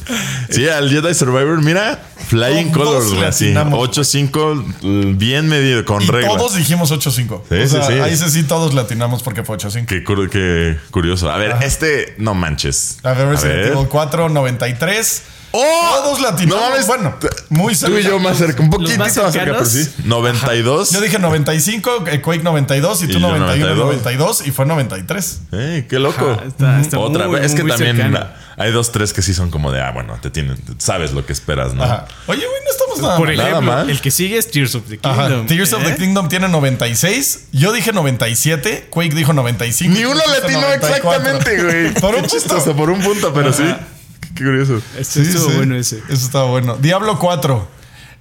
Speaker 3: Sí, al Jedi Survivor, mira, Flying
Speaker 1: Con dos
Speaker 3: Colors,
Speaker 1: le
Speaker 3: güey, así.
Speaker 1: atinamos.
Speaker 3: 8-5, bien medido, con
Speaker 1: Y
Speaker 3: regla.
Speaker 1: todos dijimos 8-5.
Speaker 3: Sí,
Speaker 1: o sea,
Speaker 3: sí, sí.
Speaker 1: Ahí sí, sí, todos latinamos porque fue 8-5.
Speaker 3: Qué, cur- qué curioso. A ver, este, no manches.
Speaker 1: A ver, Resident
Speaker 3: ver.
Speaker 1: Evil 4, 93.
Speaker 3: ¡Oh!
Speaker 1: Todos latinamos.
Speaker 3: No mames.
Speaker 1: Bueno, muy
Speaker 3: Tú y
Speaker 1: cerca.
Speaker 3: yo más cerca, un poquitito más
Speaker 2: más
Speaker 3: cerca, pero
Speaker 2: cercanos.
Speaker 3: sí. 92.
Speaker 1: Yo dije 95, eh, Quake 92 y tú
Speaker 3: Y yo
Speaker 1: 91,
Speaker 3: 92.
Speaker 1: 92 y fue 93.
Speaker 3: Eh, qué loco.
Speaker 2: Ajá, está- está
Speaker 3: Otra
Speaker 2: muy,
Speaker 3: vez. Es
Speaker 2: muy,
Speaker 3: que
Speaker 2: muy
Speaker 3: también
Speaker 2: cercano.
Speaker 3: hay dos, tres que sí son como de, ah, bueno, te tienen, sabes lo que esperas, ¿no?
Speaker 1: Ajá. Oye, güey, no estamos nada
Speaker 2: Por
Speaker 1: mal.
Speaker 3: Nada
Speaker 2: ejemplo,
Speaker 3: mal.
Speaker 2: el que sigue es Tears of the
Speaker 1: Ajá.
Speaker 2: Kingdom.
Speaker 1: Tears of
Speaker 2: ¿eh?
Speaker 1: the Kingdom tiene 96. Yo dije 97. Quake dijo 95.
Speaker 3: Ni uno
Speaker 1: Tú
Speaker 3: le
Speaker 1: dijiste
Speaker 3: atinó
Speaker 1: 94.
Speaker 3: exactamente, güey.
Speaker 1: [laughs] Por un
Speaker 3: Qué
Speaker 1: punto.
Speaker 3: chistoso, por un punto, pero sí. Qué- Qué curioso.
Speaker 2: Este estuvo bueno ese.
Speaker 1: eh, Eso estaba bueno. Diablo 4.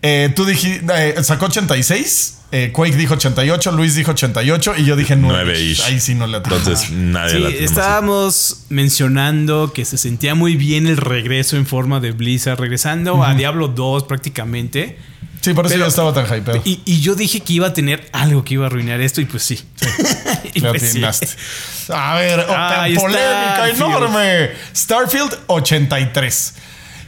Speaker 1: Eh, tú dijiste. sacó 86. eh, Quake dijo 88, Luis dijo 88 y yo dije 9.
Speaker 3: Nueve ish.
Speaker 1: Ahí sí no le atino.
Speaker 3: Entonces nadie
Speaker 2: Sí,
Speaker 3: la tiene más.
Speaker 2: estábamos mencionando que se sentía muy bien el regreso en forma de Blizzard, regresando a Diablo 2 prácticamente.
Speaker 1: Sí, por eso
Speaker 2: Pero-
Speaker 1: yo estaba tan hypeado.
Speaker 2: Y, y yo dije que iba a tener algo que iba a arruinar esto y pues
Speaker 3: [laughs]
Speaker 2: sí. [laughs] Y
Speaker 1: Le
Speaker 2: pues sí.
Speaker 1: atinaste. [laughs] A ver, otra
Speaker 2: Ahí está,
Speaker 1: polémica
Speaker 2: Fields.
Speaker 1: enorme. Starfield 83.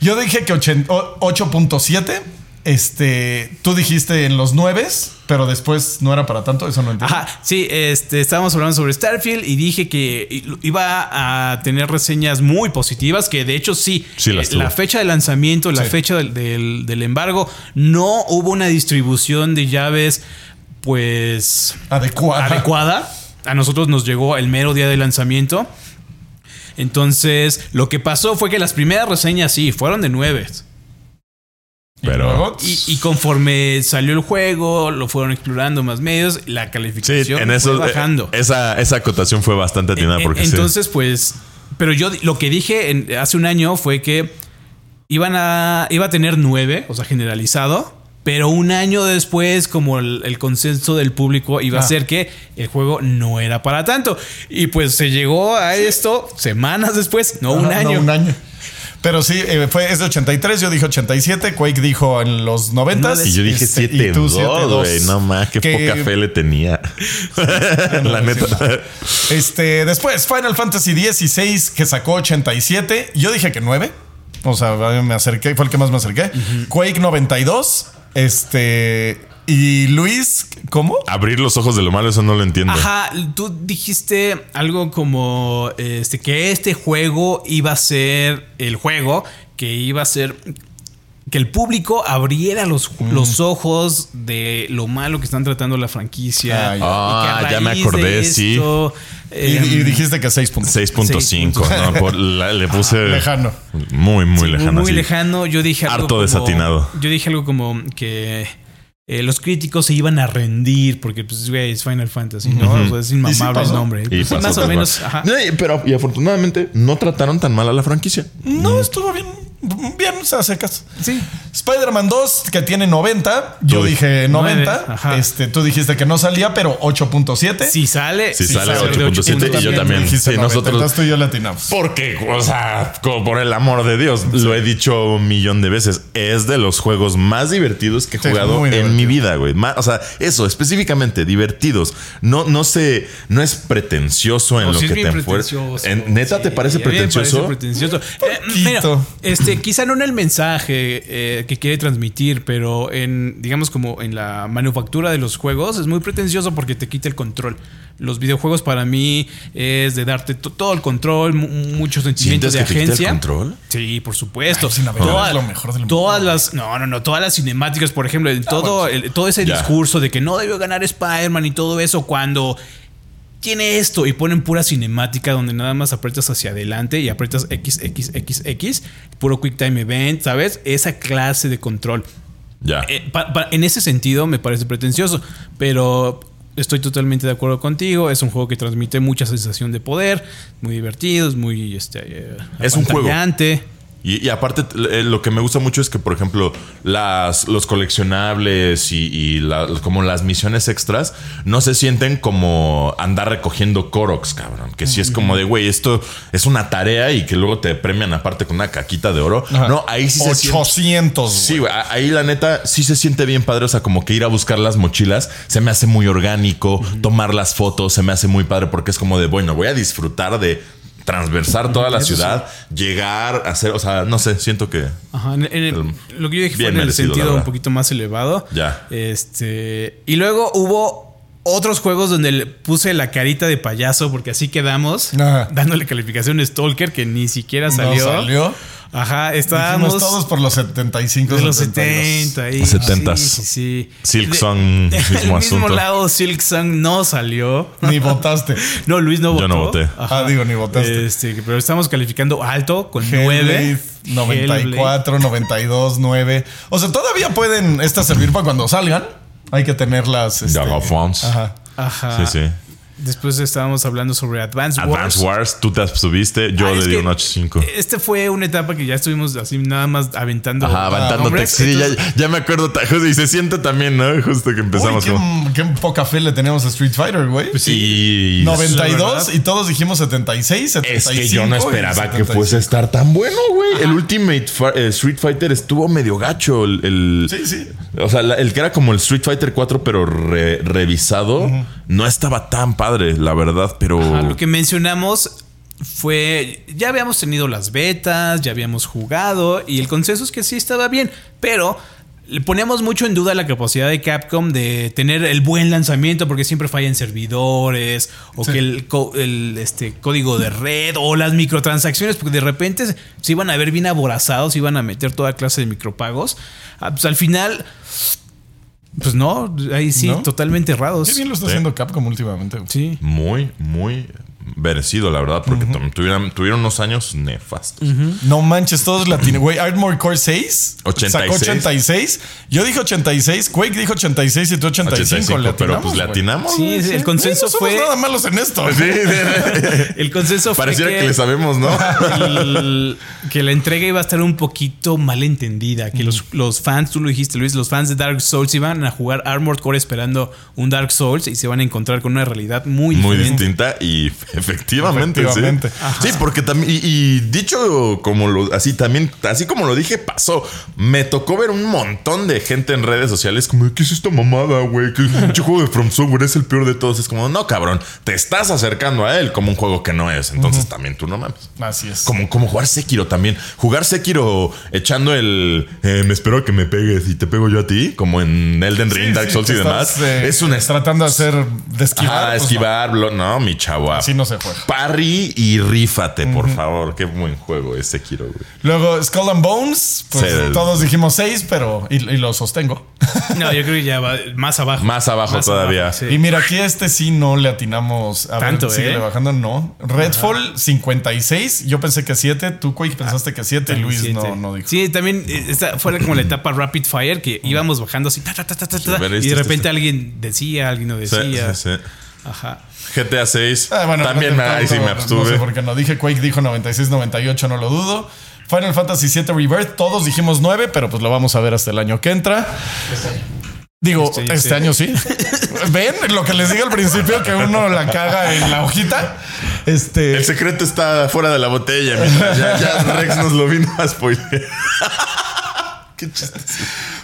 Speaker 1: Yo dije que ochen- o- 8.7. Este, tú dijiste en los 9, pero después no era para tanto. Eso no entiendo.
Speaker 2: Ajá, sí, este, estábamos hablando sobre Starfield y dije que iba a tener reseñas muy positivas, que de hecho sí,
Speaker 3: Sí, las
Speaker 2: Eh, la
Speaker 3: tuvo.
Speaker 2: fecha de lanzamiento, la
Speaker 1: Sí.
Speaker 2: fecha del, del- del embargo, no hubo una distribución de llaves, pues,
Speaker 1: Adecuada.
Speaker 2: adecuada. A nosotros nos llegó el mero día de lanzamiento. Entonces, lo que pasó fue que las primeras reseñas sí, fueron de nueve.
Speaker 3: Pero-
Speaker 1: luego-
Speaker 2: Y, y conforme salió el juego, lo fueron explorando más medios, la
Speaker 3: Sí,
Speaker 2: calificación
Speaker 3: en
Speaker 2: fue
Speaker 3: eso. eh,
Speaker 2: bajando.
Speaker 3: Esa, esa acotación fue bastante atinada
Speaker 2: En-
Speaker 3: porque sí.
Speaker 2: Eh, Entonces, pues. Pero yo di- lo que dije en- hace un año fue que iban a. iba a tener nueve, o sea, generalizado. Pero un año después, como el, el consenso del público iba a
Speaker 1: Ah.
Speaker 2: ser que el juego no era para tanto. Y pues se llegó a esto semanas después, no un
Speaker 1: Ajá,
Speaker 2: año.
Speaker 1: No, un año. Pero sí, eh, fue, es de 83, yo dije 87, Quake dijo en los 90.
Speaker 3: Y yo dije
Speaker 1: este,
Speaker 3: 7 güey. No más, qué poca
Speaker 1: [laughs]
Speaker 3: fe le tenía. [laughs] la
Speaker 1: Ah, no, sí,
Speaker 3: neta.
Speaker 1: Este, después, Final Fantasy XVI, que sacó 87. Yo dije que 9. O sea, me acerqué, fue el que más me acerqué. Quake 92. Este. Y Luis, ¿cómo?
Speaker 3: Abrir los ojos de lo malo, eso no lo entiendo.
Speaker 2: Ajá, tú dijiste algo como este que este juego iba a ser el juego que iba a ser que el público abriera los, los ojos de lo malo que están tratando la franquicia.
Speaker 1: Ah, ya.
Speaker 2: Y que a
Speaker 3: Ah, ya me
Speaker 2: raíz de
Speaker 3: acordé, sí.
Speaker 2: esto,
Speaker 1: Y,
Speaker 2: em,
Speaker 1: y dijiste que 6 puntos.
Speaker 3: 6.5,
Speaker 1: [laughs]
Speaker 3: ¿no? Por la- le puse.
Speaker 1: Lejano.
Speaker 3: Muy, muy
Speaker 2: sí,
Speaker 3: lejano.
Speaker 2: Muy
Speaker 3: sí.
Speaker 2: lejano. Yo dije algo
Speaker 3: Harto
Speaker 2: como-
Speaker 3: desatinado.
Speaker 2: Yo dije algo como que eh, los críticos se iban a rendir porque, pues, güey, es Final Fantasy, ¿no? O sea, es inmamable el
Speaker 1: pasó.
Speaker 2: nombre.
Speaker 3: Y
Speaker 2: Pues, sí,
Speaker 3: pasó
Speaker 2: más o
Speaker 3: tal
Speaker 2: menos.
Speaker 3: cual.
Speaker 2: Ajá.
Speaker 3: Sí, pero y afortunadamente no trataron tan mal a la franquicia.
Speaker 1: No, estuvo bien. Bien, o sea, secas.
Speaker 2: Sí.
Speaker 1: Spider-Man 2, que tiene 90. Yo
Speaker 3: Tú
Speaker 1: dije
Speaker 2: nueve,
Speaker 1: 90.
Speaker 2: ajá.
Speaker 1: este, tú dijiste que no salía, pero 8.7.
Speaker 2: Si sale,
Speaker 3: Si sale
Speaker 2: de
Speaker 3: 8.7,
Speaker 1: Tú
Speaker 3: y yo
Speaker 1: tú
Speaker 3: también.
Speaker 1: dijiste
Speaker 3: Sí,
Speaker 1: 90,
Speaker 3: nosotros-
Speaker 1: Entonces tú y yo le atinamos.
Speaker 3: Porque, o sea, como por el amor de Dios, lo he dicho un millón de veces, es de los juegos más divertidos que he
Speaker 1: Sí,
Speaker 3: jugado
Speaker 1: muy
Speaker 3: en
Speaker 1: divertido.
Speaker 3: mi vida, güey. Ma- O sea, eso, específicamente, divertidos. No, no sé, no es pretencioso en
Speaker 2: No,
Speaker 3: lo
Speaker 2: sí es
Speaker 3: que
Speaker 2: bien
Speaker 3: te enfuerza.
Speaker 2: pretencioso.
Speaker 3: En- ¿Neta te
Speaker 2: Sí,
Speaker 3: parece
Speaker 2: a mí me
Speaker 3: pretencioso?
Speaker 2: parece pretencioso. Eh,
Speaker 1: Poquito.
Speaker 2: mira, este, quizá no en el mensaje eh, que quiere transmitir, pero en, digamos, como en la manufactura de los juegos, es muy pretencioso porque te quita el control. Los videojuegos para mí es de darte to- todo el control, mu- mucho sentimiento
Speaker 3: ¿Sientes
Speaker 2: de
Speaker 3: que te quita
Speaker 2: agencia.
Speaker 3: el control?
Speaker 2: Sí, por supuesto.
Speaker 1: Ay, sin haber-
Speaker 2: todas
Speaker 1: es lo mejor del
Speaker 2: todas
Speaker 1: mundo.
Speaker 2: las, no, no, no, todas las cinemáticas, por ejemplo, el- todo, el- todo ese
Speaker 3: Ah, Ya.
Speaker 2: discurso de que no debió ganar Spider-Man y todo eso cuando tiene esto y ponen pura cinemática donde nada más aprietas hacia adelante y aprietas XXXX, puro Quick Time Event, ¿sabes? Esa clase de control.
Speaker 3: Ya.
Speaker 2: Eh, pa- pa- en ese sentido me parece pretencioso, pero estoy totalmente de acuerdo contigo. Es un juego que transmite mucha sensación de poder, muy divertido, es muy este, eh,
Speaker 3: Es un juego.
Speaker 2: apantallante.
Speaker 3: Y, y aparte, eh, lo que me gusta mucho es que, por ejemplo, las, los coleccionables y, y la- como las misiones extras no se sienten como andar recogiendo Koroks, cabrón. Que si es como de, güey, esto es una tarea y que luego te premian aparte con una caquita de oro.
Speaker 1: Ajá.
Speaker 3: No, ahí sí se siente.
Speaker 1: 800.
Speaker 3: Sí, güey, a- ahí la neta sí se siente bien padre. O sea, como que ir a buscar las mochilas se me hace muy orgánico. Tomar las fotos se me hace muy padre porque es como de bueno, voy a disfrutar de transversar toda la ciudad, llegar a hacer, o sea, no sé, siento que
Speaker 2: Ajá, en- en el-
Speaker 3: El-
Speaker 2: lo que yo dije fue
Speaker 3: bien
Speaker 2: en el
Speaker 3: merecido, la
Speaker 2: sentido un
Speaker 3: verdad.
Speaker 2: poquito más elevado.
Speaker 3: Ya.
Speaker 2: Este. Y luego hubo otros juegos donde le puse la carita de payaso, porque así quedamos,
Speaker 1: Ajá.
Speaker 2: dándole calificación a Stalker, que ni siquiera salió.
Speaker 1: No salió.
Speaker 2: Ajá,
Speaker 1: Dijimos
Speaker 2: estábamos.
Speaker 1: todos por los 75.
Speaker 2: de los
Speaker 1: 72.
Speaker 2: 70 y
Speaker 3: Los 70s.
Speaker 2: Sí, sí, sí.
Speaker 3: Silk
Speaker 2: De- [laughs]
Speaker 3: Song,
Speaker 2: del
Speaker 3: mismo
Speaker 2: mismo
Speaker 3: asunto.
Speaker 2: lado, Silk Song no salió.
Speaker 1: Ni
Speaker 2: [laughs]
Speaker 1: votaste.
Speaker 2: No, Luis no votó.
Speaker 3: Yo no voté.
Speaker 1: Ah, digo, ni votaste.
Speaker 2: Este, pero estamos calificando alto con
Speaker 1: Hellblade,
Speaker 2: 9.
Speaker 1: 94, 92, 9. O sea, todavía pueden
Speaker 3: pues.
Speaker 1: estas servir para cuando salgan. Hay que tenerlas. este,
Speaker 3: Dagafons.
Speaker 1: Ajá.
Speaker 2: Ajá.
Speaker 3: Sí, sí.
Speaker 2: Después estábamos hablando sobre Advance Wars.
Speaker 3: Advance Wars, tú te subiste, yo
Speaker 2: Ah, es
Speaker 3: le di
Speaker 2: que
Speaker 3: un 8.5.
Speaker 2: Este fue una etapa que ya estuvimos así nada más aventando.
Speaker 3: Ajá, aventándote.
Speaker 2: nombres.
Speaker 3: Sí, ya,
Speaker 2: ah, Entonces,
Speaker 3: ya me acuerdo. ta- [laughs] justo- Y se siente también, ¿no? Justo que empezamos
Speaker 1: Uy, qué,
Speaker 3: como-
Speaker 1: qué poca fe le teníamos a Street Fighter, güey.
Speaker 2: Pues
Speaker 3: Y-
Speaker 1: 92
Speaker 2: verdad.
Speaker 1: y todos dijimos 76, 75. y 75.
Speaker 3: estar tan bueno, güey. El Ultimate Fa- eh, Street Fighter estuvo medio gacho. El, el-
Speaker 1: Sí, sí.
Speaker 3: O sea, la- el que era como el Street Fighter 4, pero re- revisado, no estaba tan padre, la verdad, pero.
Speaker 2: ajá,
Speaker 1: Oh.
Speaker 2: lo que mencionamos fue. Ya habíamos tenido las betas, ya habíamos jugado. Y el consenso es que sí estaba bien. Pero. Le poníamos mucho en duda la capacidad de Capcom de tener el buen lanzamiento porque siempre fallan servidores o que el, co- el, este, código de red o las microtransacciones porque de repente se iban a ver bien aborazados, se iban a meter toda clase de micropagos. Ah, pues al final, pues no, ahí sí,
Speaker 1: ¿No?
Speaker 2: totalmente errados.
Speaker 1: Qué bien lo está
Speaker 3: Pues Sí.
Speaker 1: haciendo Capcom últimamente. güey. [laughs]
Speaker 2: Sí.
Speaker 3: Muy, muy merecido, la verdad, porque tam- tuvieron, tuvieron unos años nefastos.
Speaker 1: No manches, todos latinos. Güey, Armored Core 6 sacó
Speaker 3: 86.
Speaker 1: 86. Yo dije 86, Quake dijo 86 y tú 85.
Speaker 3: 85,
Speaker 1: le atinamos,
Speaker 3: pero pues le
Speaker 1: güey.
Speaker 3: atinamos.
Speaker 2: Sí,
Speaker 3: güey.
Speaker 2: el consenso
Speaker 1: Güey, no
Speaker 2: fue.
Speaker 1: somos nada malos en esto.
Speaker 2: El consenso fue.
Speaker 3: Pareciera que... le sabemos, ¿no?
Speaker 2: el- [laughs] que la entrega iba a estar un poquito mal entendida. Que los, los fans, tú lo dijiste, Luis, los fans de Dark Souls iban a jugar Armored Core esperando un Dark Souls y se van a encontrar con una realidad muy,
Speaker 3: Muy
Speaker 2: diferente.
Speaker 3: distinta y [laughs] efectivamente,
Speaker 1: Efectivamente.
Speaker 3: sí. Sí, porque también, y, y dicho como lo, así también, así como lo dije, pasó. Me tocó ver un montón de gente en redes sociales como, ¿qué es esta mamada, güey? ¿Qué pinche juego de From Software es el peor de todos? Es como, no, cabrón, te estás acercando a él como un juego que no es. Entonces también tú no mames.
Speaker 1: Así es.
Speaker 3: Como, como jugar Sekiro también. Jugar Sekiro echando el. eh, me espero que me pegues y te pego yo a ti. Como en Elden Ring,
Speaker 1: Sí,
Speaker 3: Dark
Speaker 1: sí,
Speaker 3: Souls y
Speaker 1: que
Speaker 3: demás.
Speaker 1: estás, eh,
Speaker 3: es una
Speaker 1: Tratando de hacer. De esquivar.
Speaker 3: Ah,
Speaker 1: pues,
Speaker 3: esquivar, blo- no. mi chavo.
Speaker 1: Así no se juega.
Speaker 3: Parry y rífate, por favor. Qué buen juego es Sekiro, güey.
Speaker 1: no. Luego Skull and Bones. Pues
Speaker 3: Sí.
Speaker 1: todos dijimos 6, pero. Y, y lo sostengo. [laughs]
Speaker 2: No, yo creo que ya va más abajo.
Speaker 3: Más abajo todavía.
Speaker 2: sí.
Speaker 1: Y mira, aquí este sí no le atinamos. A
Speaker 2: Tanto,
Speaker 1: ver, síguele
Speaker 2: ¿eh?
Speaker 1: bajando, no. Redfall 56. Yo pensé que 7. Tú, Quake, pensaste que 7. Luis no,
Speaker 2: Ah, Siete.
Speaker 1: no dijo.
Speaker 2: Sí, también eh, esta fue la- como la etapa Rapid Fire que íbamos bajando así ta, ta, ta, ta, ta, ta,
Speaker 3: a ver,
Speaker 2: y
Speaker 3: este,
Speaker 2: de
Speaker 3: este,
Speaker 2: repente
Speaker 3: este.
Speaker 2: alguien decía, alguien no
Speaker 3: Sí,
Speaker 2: decía.
Speaker 3: sí, sí.
Speaker 2: Ajá.
Speaker 3: GTA 6.
Speaker 1: Ah, bueno,
Speaker 3: también
Speaker 1: no,
Speaker 3: me,
Speaker 1: no,
Speaker 3: ahí sí
Speaker 1: no,
Speaker 3: me
Speaker 1: No sé
Speaker 3: abstuve.
Speaker 1: por qué no dije. Quake dijo 96, 98, no lo dudo. Final Fantasy VII Rebirth, todos dijimos 9, pero pues lo vamos a ver hasta el año que entra. Digo,
Speaker 2: Este,
Speaker 1: este,
Speaker 2: sí.
Speaker 1: año sí. ¿Ven lo que les dije al principio que uno la caga en la hojita? Este.
Speaker 3: el secreto está fuera de la botella. mientras Ya,
Speaker 1: [laughs]
Speaker 3: ya Rex nos lo vino a spoiler. qué chiste.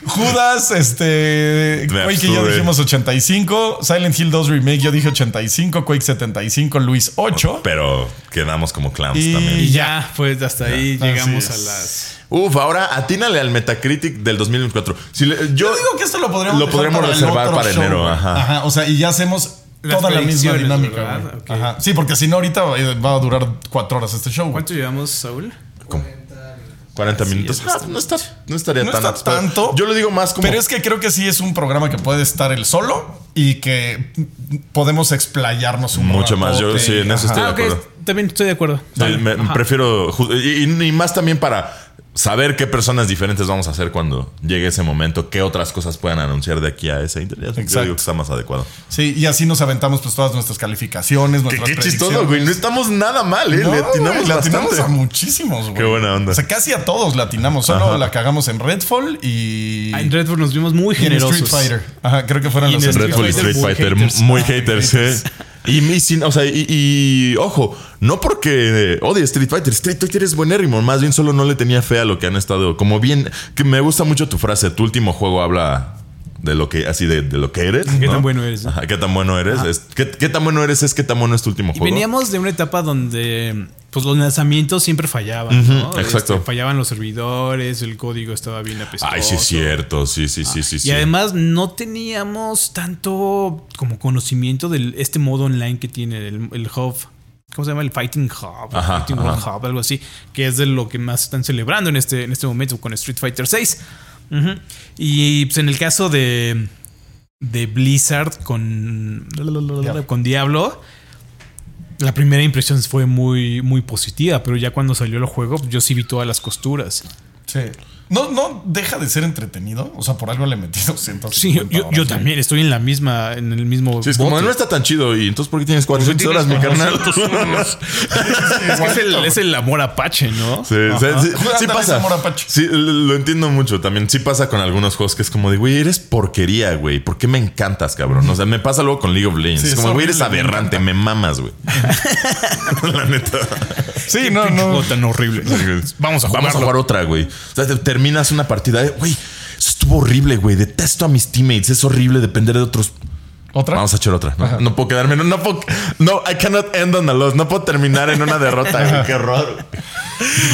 Speaker 1: Judas, este.
Speaker 3: Me
Speaker 1: Quake y yo
Speaker 3: abstuve.
Speaker 1: dijimos 85. Silent Hill 2 Remake, yo dije 85. Quake 75, Luis 8.
Speaker 3: Pero quedamos como clans
Speaker 1: Y-
Speaker 3: también.
Speaker 2: Y ya, pues hasta ahí
Speaker 1: Así
Speaker 2: llegamos a
Speaker 1: es.
Speaker 2: las.
Speaker 3: Uf, ahora atínale al Metacritic del 2004. Si le- yo,
Speaker 1: Yo digo que esto lo podríamos
Speaker 3: Lo
Speaker 1: dejar
Speaker 3: podríamos
Speaker 1: el
Speaker 3: reservar
Speaker 1: otro
Speaker 3: para enero,
Speaker 1: güey.
Speaker 3: ajá.
Speaker 1: O sea, y ya hacemos
Speaker 2: Las
Speaker 1: toda la misma
Speaker 2: predicciones,
Speaker 1: dinámica.
Speaker 2: ¿verdad?
Speaker 1: güey.
Speaker 2: Ok.
Speaker 1: Ajá. Sí, porque si no, ahorita eh, va a durar cuatro horas este show. güey.
Speaker 2: ¿Cuánto llevamos, Saúl?
Speaker 3: 40 minutos.
Speaker 2: es
Speaker 3: Ah, no, está, no estaría
Speaker 1: No
Speaker 3: tan
Speaker 1: está
Speaker 3: absurdo.
Speaker 1: tanto,
Speaker 3: Yo lo digo más como.
Speaker 1: Pero es que creo que sí es un programa que puede estar el solo y que podemos explayarnos un
Speaker 3: Mucho más. Yo
Speaker 1: ratote.
Speaker 3: sí, en eso estoy
Speaker 2: Ah,
Speaker 3: de
Speaker 2: ok.
Speaker 3: acuerdo.
Speaker 2: También estoy de acuerdo.
Speaker 3: Eh, me-
Speaker 2: Ajá.
Speaker 3: prefiero. ju- Y, y- y más también para saber qué personas diferentes vamos a hacer cuando llegue ese momento, qué otras cosas puedan anunciar de aquí a ese interés. Yo
Speaker 1: Exacto.
Speaker 3: digo que está más adecuado.
Speaker 1: Sí, y así nos aventamos pues todas nuestras calificaciones,
Speaker 3: Qué,
Speaker 1: nuestras
Speaker 3: qué
Speaker 1: predicciones.
Speaker 3: chistoso, güey. No estamos nada mal, ¿eh?
Speaker 1: No,
Speaker 3: le atinamos
Speaker 1: güey, le atinamos
Speaker 3: bastante.
Speaker 1: a muchísimos, güey.
Speaker 3: Qué buena onda.
Speaker 1: O sea, casi a todos latinamos. Solo
Speaker 3: Ajá.
Speaker 1: la cagamos en Redfall y.
Speaker 2: Ah, En Redford nos vimos muy
Speaker 1: y en
Speaker 2: generosos.
Speaker 1: Street Fighter. Ajá, creo que fueron
Speaker 2: Y en
Speaker 1: los
Speaker 2: Street
Speaker 3: Red Bull y
Speaker 2: Fighter,
Speaker 3: Street
Speaker 2: muy
Speaker 3: Fighter,
Speaker 2: haters.
Speaker 3: [laughs] muy haters, eh. Y, mi- sin- o sea, y, y, ojo, no porque eh, odie Street Fighter, Street Fighter es buenérrimo, más bien solo no le tenía fe a lo que han estado, como bien, que me gusta mucho tu frase, tu último juego habla de lo que, así de, de lo que eres.
Speaker 2: Qué
Speaker 3: ¿no?
Speaker 2: tan bueno eres, ¿no?
Speaker 3: Ajá, qué tan bueno eres, es- qué, qué tan bueno eres es qué tan bueno es tu último
Speaker 2: Y
Speaker 3: juego.
Speaker 2: veníamos de una etapa donde pues los lanzamientos siempre fallaban, ¿no?
Speaker 3: Ujú, exacto.
Speaker 2: Este, fallaban los servidores, el código estaba bien apestoso.
Speaker 3: Ay, sí es cierto, sí, sí, sí, sí.
Speaker 2: Ah, y
Speaker 3: sí.
Speaker 2: además no teníamos tanto como conocimiento de este modo online que tiene el, el hub. ¿Cómo se llama? El Fighting Hub.
Speaker 3: Ajá,
Speaker 2: Fighting World
Speaker 3: ajá.
Speaker 2: Hub, algo así. Que es de lo que más están celebrando en este, en este momento con Street Fighter 6. Y pues en el caso de, de Blizzard con,
Speaker 1: Diablo.
Speaker 2: con Diablo. La primera impresión fue muy, muy positiva, pero ya cuando salió el juego, yo sí vi todas las costuras.
Speaker 1: Sí. No, no deja de ser entretenido. O sea, por algo le metí [laughs] 200.
Speaker 2: Sí, yo, yo también estoy en la misma, en el mismo.
Speaker 3: Sí, es como
Speaker 2: bote.
Speaker 3: no está tan chido. Y entonces, ¿por qué tienes 400
Speaker 2: tienes
Speaker 3: horas, mi carnal? [laughs]
Speaker 2: Es que es el, es el amor apache, ¿no?
Speaker 3: Sí, o sea, sí,
Speaker 1: Juega
Speaker 3: sí
Speaker 1: tal vez
Speaker 3: pasa.
Speaker 1: amor apache.
Speaker 3: Sí, lo entiendo mucho. También sí pasa con algunos juegos que es como de, güey, eres porquería, güey. ¿Por qué me encantas, cabrón? O sea, me pasa luego con League of Legends.
Speaker 1: Sí,
Speaker 3: es
Speaker 1: es
Speaker 3: como, güey, eres
Speaker 1: horrible, me
Speaker 3: aberrante, me mamas, güey. La neta.
Speaker 1: Sí, no, no.
Speaker 2: Juego tan horrible. Vamos a
Speaker 3: Vamos a
Speaker 2: jugarlo.
Speaker 3: jugar otra, güey. O sea, te- terminas una partida, eh, güey. Eso estuvo horrible, güey. Detesto a mis teammates. Es horrible depender de otros.
Speaker 1: Otra.
Speaker 3: Vamos a echar otra. No, no puedo quedarme. No, no puedo. No, I cannot end on a loss. No puedo terminar en una derrota. güey. Qué horror.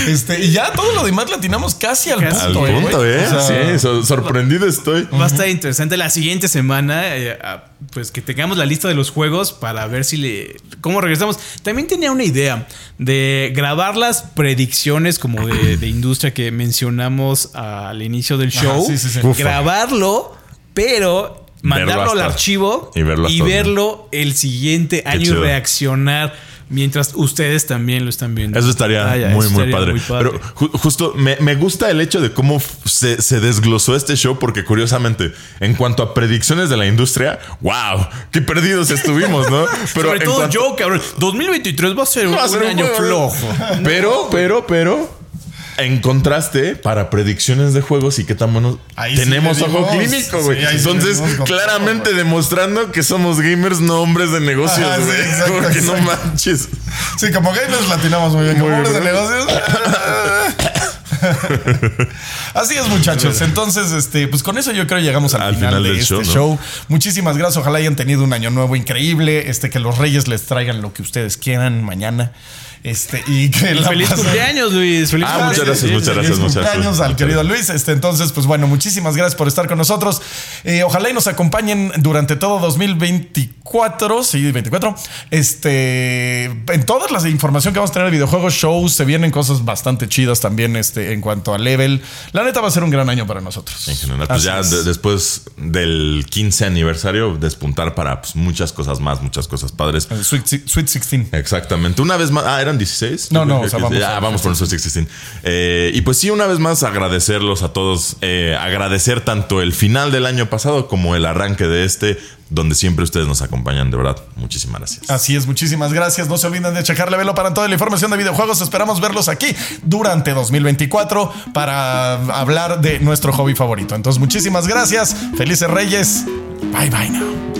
Speaker 1: Este, y ya todo lo demás latinamos casi al
Speaker 2: Casi.
Speaker 3: Al
Speaker 1: punto. güey.
Speaker 3: punto, ¿eh?
Speaker 1: O sea,
Speaker 3: sí, so- sorprendido estoy.
Speaker 2: Va a estar interesante la siguiente semana, eh, a- pues que tengamos la lista de los juegos para ver si le cómo regresamos. También tenía una idea de grabar las predicciones como de, de industria que mencionamos al inicio del show,
Speaker 1: sí, sí, sí.
Speaker 3: Ufa.
Speaker 2: grabarlo, pero mandarlo al
Speaker 3: hasta-
Speaker 2: archivo
Speaker 3: y verlo hasta-
Speaker 2: verlo el siguiente año y
Speaker 3: chido.
Speaker 2: reaccionar mientras ustedes también lo están viendo.
Speaker 3: Eso estaría
Speaker 2: Vaya,
Speaker 3: muy,
Speaker 2: Ah, eso
Speaker 3: muy,
Speaker 2: estaría
Speaker 3: padre. Pero ju- justo me, me gusta el hecho de cómo f- se, se desglosó este show, porque curiosamente, en cuanto a predicciones de la industria, wow, qué perdidos estuvimos,
Speaker 2: [laughs]
Speaker 3: ¿no? Pero
Speaker 2: Sobre
Speaker 3: en
Speaker 2: todo
Speaker 3: cuanto-
Speaker 2: yo, cabrón. 2023 va a ser un,
Speaker 3: [laughs] Va a ser
Speaker 2: un
Speaker 3: un
Speaker 2: año
Speaker 3: juego.
Speaker 2: flojo.
Speaker 3: Pero, pero, pero. En contraste, para predicciones de juegos y qué tan buenos
Speaker 1: Ahí sí
Speaker 3: tenemos
Speaker 1: le
Speaker 3: ojo
Speaker 1: dimos.
Speaker 3: clínico, güey.
Speaker 1: Sí, ahí sí
Speaker 3: Entonces,
Speaker 1: le dimos con
Speaker 3: claramente demostrando que somos gamers, no hombres de negocios,
Speaker 1: Ajá, Ah, sí,
Speaker 3: güey.
Speaker 1: exacto,
Speaker 3: Porque no
Speaker 1: exacto.
Speaker 3: manches.
Speaker 1: Sí, como gamers latinamos muy bien. Como
Speaker 3: Muy
Speaker 1: hombres de
Speaker 3: bien.
Speaker 1: negocios. [laughs] Así es, muchachos. Entonces, este, pues con eso yo creo llegamos al, final, de
Speaker 3: del
Speaker 1: este
Speaker 3: show,
Speaker 1: show,
Speaker 3: ¿no?
Speaker 1: Muchísimas gracias. Ojalá hayan tenido un año nuevo increíble. Este, que los reyes les traigan lo que ustedes quieran mañana. Este, y que la
Speaker 2: Feliz
Speaker 1: pasen-
Speaker 2: cumpleaños, Luis. Feliz
Speaker 3: Ah, muchas
Speaker 2: cumpleaños.
Speaker 3: gracias, muchas gracias.
Speaker 1: Feliz
Speaker 3: muchas
Speaker 1: cumpleaños
Speaker 3: gracias.
Speaker 1: al querido Luis. Este, entonces, pues bueno, muchísimas gracias por estar con nosotros. Eh, ojalá y nos acompañen durante todo 2024, sí, 24. Este, en todas las información que vamos a tener de videojuegos, shows, se vienen cosas bastante chidas también este, en cuanto a level. La neta va a ser un gran año para nosotros.
Speaker 3: En general,
Speaker 1: Así
Speaker 3: pues ya
Speaker 1: es.
Speaker 3: de- después del 15 aniversario, despuntar para pues, muchas cosas más, muchas cosas padres.
Speaker 1: El Sweet, Si- Sweet 16.
Speaker 3: Exactamente. Una vez más. Ah, eran 16.
Speaker 1: No,
Speaker 3: Yo
Speaker 1: no,
Speaker 3: creo
Speaker 1: o sea,
Speaker 3: que-
Speaker 1: vamos
Speaker 3: Ah,
Speaker 1: a-
Speaker 3: vamos por el Sweet 16. Eh, y pues sí, una vez más agradecerlos a todos. eh, agradecer tanto el final del año pasado como el arranque de este, donde siempre ustedes nos acompañan. De verdad, muchísimas gracias.
Speaker 1: Así es, muchísimas gracias. No se olviden de checar Levelo para toda la información de videojuegos. Esperamos verlos aquí durante 2024 para hablar de nuestro hobby favorito. Entonces, muchísimas gracias. Felices Reyes. Bye bye now.